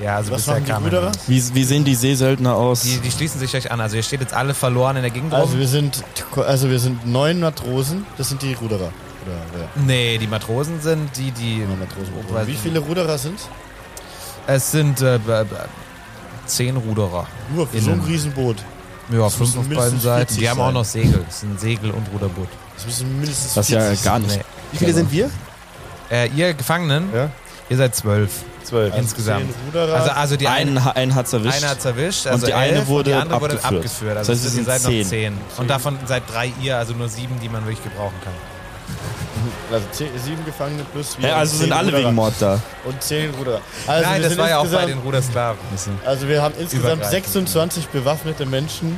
Speaker 3: Ja, also
Speaker 5: Was
Speaker 3: bisher
Speaker 5: machen die
Speaker 3: kam man
Speaker 5: Ruderer?
Speaker 3: nicht.
Speaker 4: Wie, wie sehen die Seesöldner aus?
Speaker 3: Die, die schließen sich euch an. Also ihr steht jetzt alle verloren in der Gegend
Speaker 5: Also
Speaker 3: rum.
Speaker 5: wir sind, also wir sind neun Matrosen. Das sind die Ruderer. Oder wer?
Speaker 3: Nee, die Matrosen sind die, die...
Speaker 5: Neun Matrosen.
Speaker 3: Weiß
Speaker 5: Wie
Speaker 3: nicht.
Speaker 5: viele Ruderer sind?
Speaker 3: Es sind äh, b- b- zehn Ruderer.
Speaker 5: Nur für so ein
Speaker 3: Innen.
Speaker 5: Riesenboot.
Speaker 3: Ja,
Speaker 5: Das
Speaker 3: fünf
Speaker 5: müssen
Speaker 3: auf beiden
Speaker 5: mindestens
Speaker 3: Seiten.
Speaker 5: 40
Speaker 3: Die haben auch
Speaker 5: sein.
Speaker 3: noch Segel. Das ist ein Segel- und Ruderboot.
Speaker 5: Das müssen mindestens
Speaker 4: Das ist ja
Speaker 5: 40
Speaker 4: gar nicht.
Speaker 3: Nee.
Speaker 7: Wie viele sind wir?
Speaker 3: Äh, ihr Gefangenen,
Speaker 6: Ja?
Speaker 3: ihr seid zwölf
Speaker 6: Zwölf.
Speaker 5: Also
Speaker 3: insgesamt.
Speaker 5: zehn Ruderer.
Speaker 3: Also, also die eine,
Speaker 4: Einen, ha- einen hat's erwischt.
Speaker 3: eine hat's erwischt, also
Speaker 4: Und die eine
Speaker 3: elf, und die
Speaker 4: wurde
Speaker 3: andere wurde
Speaker 4: abgeführt.
Speaker 3: abgeführt.
Speaker 4: Das
Speaker 3: Also
Speaker 4: heißt, es
Speaker 3: ihr
Speaker 4: sind
Speaker 3: seid noch
Speaker 4: zehn.
Speaker 3: zehn. Und davon seid drei ihr, also nur sieben, die man wirklich gebrauchen kann.
Speaker 5: Also zehn, sieben Gefangene plus wir.
Speaker 4: Hä, also
Speaker 5: und
Speaker 4: sind
Speaker 5: zehn
Speaker 4: alle
Speaker 5: Ruderer.
Speaker 4: wegen Mord da.
Speaker 5: Und zehn Ruderer. Also
Speaker 3: Nein,
Speaker 5: wir
Speaker 3: das
Speaker 5: sind
Speaker 3: war ja auch bei
Speaker 5: insgesamt-
Speaker 3: den Rudersklaven.
Speaker 5: Also wir haben insgesamt
Speaker 3: Übergreifend.
Speaker 5: 26 bewaffnete Menschen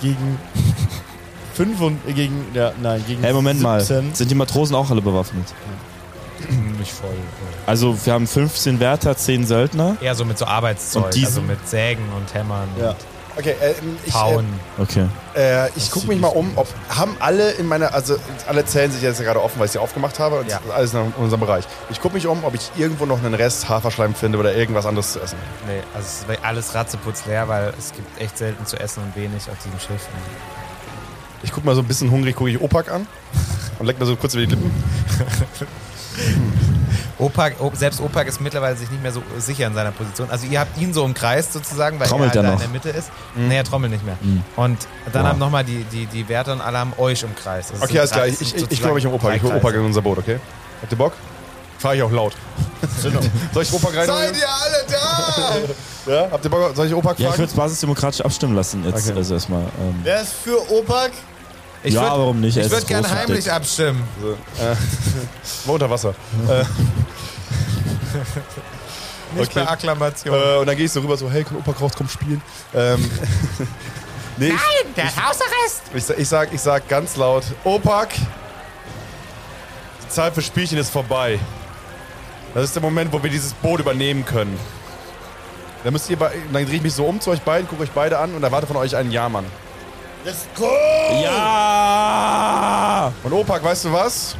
Speaker 5: gegen fünf und äh, gegen ja, nein gegen
Speaker 4: Hey, Moment mal.
Speaker 5: 17.
Speaker 4: Sind die Matrosen auch alle bewaffnet?
Speaker 3: Nicht voll.
Speaker 4: Also, wir haben 15 Wärter, 10 Söldner.
Speaker 3: Eher so mit so Arbeitszeug,
Speaker 4: Und die
Speaker 3: also
Speaker 4: sind-
Speaker 3: mit Sägen und Hämmern
Speaker 5: Ja.
Speaker 3: und
Speaker 6: Okay, ähm, ich, ähm,
Speaker 3: Pauen.
Speaker 4: Okay.
Speaker 6: Äh, ich gucke mich mal um, ob haben alle in meiner, also alle Zellen sind jetzt gerade offen, weil ich sie aufgemacht habe und
Speaker 3: Ja.
Speaker 6: das ist alles in unserem Bereich. Ich gucke mich um, ob ich irgendwo noch einen Rest Haferschleim finde oder irgendwas anderes zu essen.
Speaker 3: Nee, also es ist alles ratzeputz leer, weil es gibt echt selten zu essen und wenig auf diesem Schiff.
Speaker 6: Ich gucke mal so ein bisschen hungrig, gucke ich Opak an und leck mir so kurz über die Lippen.
Speaker 3: Opak, O- selbst Opak ist mittlerweile sich nicht mehr so sicher in seiner Position. Also ihr habt ihn so umkreist sozusagen, weil
Speaker 4: Trommelt
Speaker 3: er halt
Speaker 4: er
Speaker 3: da in
Speaker 4: noch?
Speaker 3: der Mitte ist.
Speaker 6: Mhm.
Speaker 3: Nee, er trommelt nicht mehr. Und dann haben nochmal die, die, die Wärter und alle haben euch umkreist. Also
Speaker 6: Okay, alles klar,
Speaker 3: drei-
Speaker 6: ich, ich, ich
Speaker 3: sozusagen
Speaker 6: kümmere mich um Opak.
Speaker 3: drei
Speaker 6: Ich hole Opak
Speaker 3: Kreise.
Speaker 6: in unser Boot, okay? Habt ihr Bock? Fahre ich auch laut. Soll ich Opak rein?
Speaker 7: Seid ihr alle da?
Speaker 6: Ja? Habt ihr Bock? Soll ich
Speaker 4: Ja,
Speaker 6: Opak
Speaker 4: ich
Speaker 6: fragen?
Speaker 4: würde es basisdemokratisch abstimmen lassen jetzt.
Speaker 6: Okay.
Speaker 4: Also erstmal. Ähm,
Speaker 5: Wer ist für OPAC?
Speaker 3: Ich
Speaker 4: ja,
Speaker 3: würd-
Speaker 4: warum nicht? Er
Speaker 3: Ich
Speaker 4: ist
Speaker 3: würde gerne
Speaker 4: groß und
Speaker 3: heimlich
Speaker 4: dick.
Speaker 3: abstimmen.
Speaker 6: War unter Wasser.
Speaker 3: Nicht
Speaker 6: Okay.
Speaker 3: per Akklamation.
Speaker 6: Äh, und dann gehe ich so rüber, so, hey, komm, Opak raus, komm spielen. Ähm, nee, ich-
Speaker 3: Der Hausarrest!
Speaker 6: Ich, sa- ich, sag, ich sag ganz laut, Opak, die Zeit für Spielchen ist vorbei. Das ist der Moment, wo wir dieses Boot übernehmen können. Dann müsst ihr, bei- dann drehe ich mich so um zu euch beiden, gucke euch beide an und erwarte von euch einen Ja-Mann.
Speaker 5: Let's go!
Speaker 3: Oh!
Speaker 4: Ja!
Speaker 6: Und Opak, weißt du was?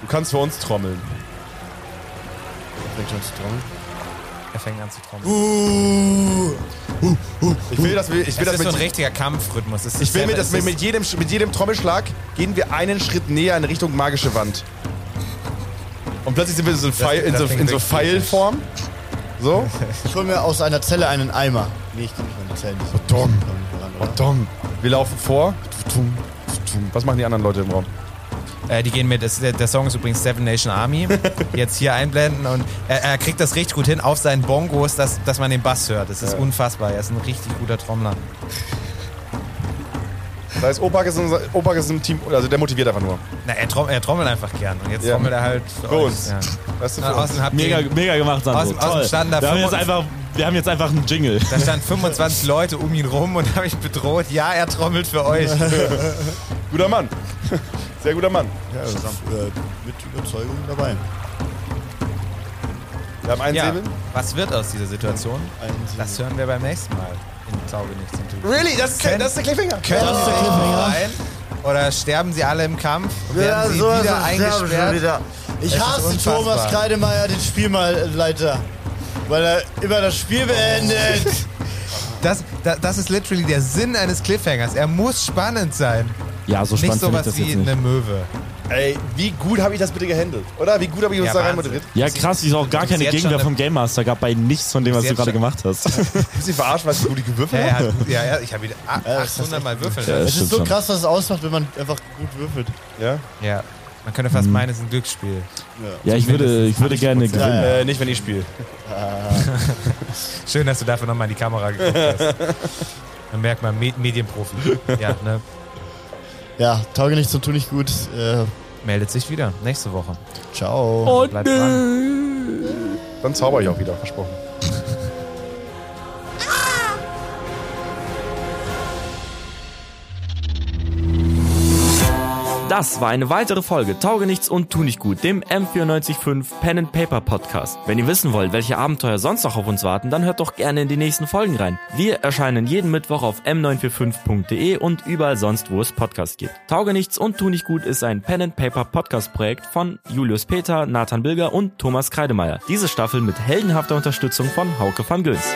Speaker 6: Du kannst für uns trommeln.
Speaker 3: Er fängt an zu trommeln.
Speaker 6: Ich will, dass wir, ich
Speaker 3: es
Speaker 6: will, dass
Speaker 3: ist so ein
Speaker 6: mit,
Speaker 3: richtiger Kampfrhythmus. Es ist
Speaker 6: ich will,
Speaker 3: sehr-
Speaker 6: mit, dass
Speaker 3: es
Speaker 6: wir
Speaker 3: ist-
Speaker 6: mit jedem, mit jedem Trommelschlag gehen wir einen Schritt näher in Richtung magische Wand. Und plötzlich sind wir so in, Pfeil, in,
Speaker 3: das
Speaker 6: so,
Speaker 3: klingt
Speaker 6: in so
Speaker 3: richtig
Speaker 6: Pfeilform. So.
Speaker 5: Ich hole mir aus einer Zelle einen Eimer. Nee, ich kann nicht meine Zellen. Oh,
Speaker 6: dumm.
Speaker 5: Oh,
Speaker 6: Dong. Wir laufen vor. Tum, tum. Was machen die anderen Leute im Raum?
Speaker 3: Äh, die gehen mit. Das, der der Song ist übrigens Seven Nation Army. Jetzt hier einblenden und er, er kriegt das richtig gut hin auf seinen Bongos, dass, dass man den Bass hört. Das ist unfassbar. Er ist ein richtig guter Trommler.
Speaker 6: Da ist Opak ist, unser, Opak ist im Team, also der motiviert einfach nur.
Speaker 3: Na, er, tromm, er trommelt einfach gern. Und jetzt
Speaker 6: Ja.
Speaker 3: trommelt er halt für
Speaker 6: Für
Speaker 3: euch.
Speaker 6: uns.
Speaker 3: Ja.
Speaker 6: Weißt du,
Speaker 3: Na,
Speaker 6: für uns.
Speaker 3: außen habt
Speaker 4: Mega,
Speaker 3: ihr,
Speaker 4: mega gemacht, Sandro.
Speaker 3: Aus- aus dem
Speaker 4: Toll.
Speaker 3: Stand da
Speaker 4: wir, haben jetzt
Speaker 3: 25
Speaker 4: einfach, wir haben jetzt einfach einen Jingle.
Speaker 3: da standen 25 Leute um ihn rum und habe ich bedroht. Ja, er trommelt für euch.
Speaker 6: Guter Mann. Sehr guter Mann.
Speaker 5: Ja, das ist, äh, mit Überzeugung dabei.
Speaker 6: Wir haben einen
Speaker 3: Ja.
Speaker 6: Säbel.
Speaker 3: Was wird aus dieser Situation?
Speaker 5: Ein Sieg.
Speaker 3: Das hören wir beim nächsten Mal in Taugenichts und Tüten.
Speaker 6: Really? Das ist,
Speaker 3: der- das
Speaker 6: der Cliffhanger.
Speaker 3: Können sie rein? Oder sterben sie alle im Kampf? Werden sie
Speaker 5: sowas
Speaker 3: wieder
Speaker 5: ist
Speaker 3: eingesperrt?
Speaker 5: schon wieder. Ich
Speaker 3: Es ist
Speaker 5: hasse
Speaker 3: unfassbar.
Speaker 5: Thomas Kreidemeier, den Spielleiter. Weil er immer das Spiel beendet.
Speaker 3: Das, das, das ist literally der Sinn eines Cliffhangers. Er muss spannend sein.
Speaker 8: Ja, so
Speaker 3: Nicht
Speaker 8: spannend finde ich
Speaker 3: sowas
Speaker 8: das
Speaker 3: wie
Speaker 8: jetzt nicht.
Speaker 3: eine Möwe.
Speaker 6: Ey, wie gut habe ich das bitte gehandelt? Oder? Wie gut habe ich uns
Speaker 3: Ja,
Speaker 6: da rein
Speaker 3: Wahnsinn.
Speaker 6: moderiert?
Speaker 8: Ja, krass, ich auch gar
Speaker 3: Ist
Speaker 8: keine
Speaker 3: jetzt schon
Speaker 8: Gegenwehr
Speaker 3: eine-
Speaker 8: vom Game Master gab bei nichts von dem, was du
Speaker 3: Ist jetzt
Speaker 8: gerade
Speaker 3: schon-
Speaker 8: gemacht hast.
Speaker 6: Bist du verarscht, was ich gut gewürfelt
Speaker 3: Ja,
Speaker 6: habe?
Speaker 3: ja, gut, ja, ja ich habe wieder a-
Speaker 5: Ja, das ist
Speaker 3: 800 Mal würfeln.
Speaker 8: Ja,
Speaker 3: lassen.
Speaker 5: Es ist
Speaker 8: stimmt
Speaker 5: so
Speaker 8: schon.
Speaker 5: krass, was es ausmacht, wenn man einfach gut würfelt.
Speaker 6: Ja?
Speaker 3: Ja. Man könnte
Speaker 8: Mhm.
Speaker 3: fast meinen, es ist ein Glücksspiel.
Speaker 8: Ja, ich würde, ich würde gerne gewinnen.
Speaker 5: Ja, ja.
Speaker 6: Äh, nicht, wenn ich spiele.
Speaker 3: Schön, dass du dafür nochmal in die Kamera geguckt hast. Dann merkt man, Me Medienprofi. Ja, ne?
Speaker 5: Ja, tauge nicht zum Tun nicht gut. Äh,
Speaker 3: Meldet sich wieder nächste Woche.
Speaker 5: ciao.
Speaker 3: Bleibt dran.
Speaker 6: Dann zauber ich auch wieder, versprochen.
Speaker 4: Das war eine weitere Folge Taugenichts und Tu nicht gut, dem M945 Pen and Paper Podcast. Wenn ihr wissen wollt, welche Abenteuer sonst noch auf uns warten, dann hört doch gerne in die nächsten Folgen rein. Wir erscheinen jeden Mittwoch auf m945.de und überall sonst, wo es Podcasts gibt. Taugenichts und Tu nicht gut ist ein Pen and Paper Podcast Projekt von Julius Peter, Nathan Bilger und Thomas Kreidemeier. Diese Staffel mit heldenhafter Unterstützung von Hauke van Göns.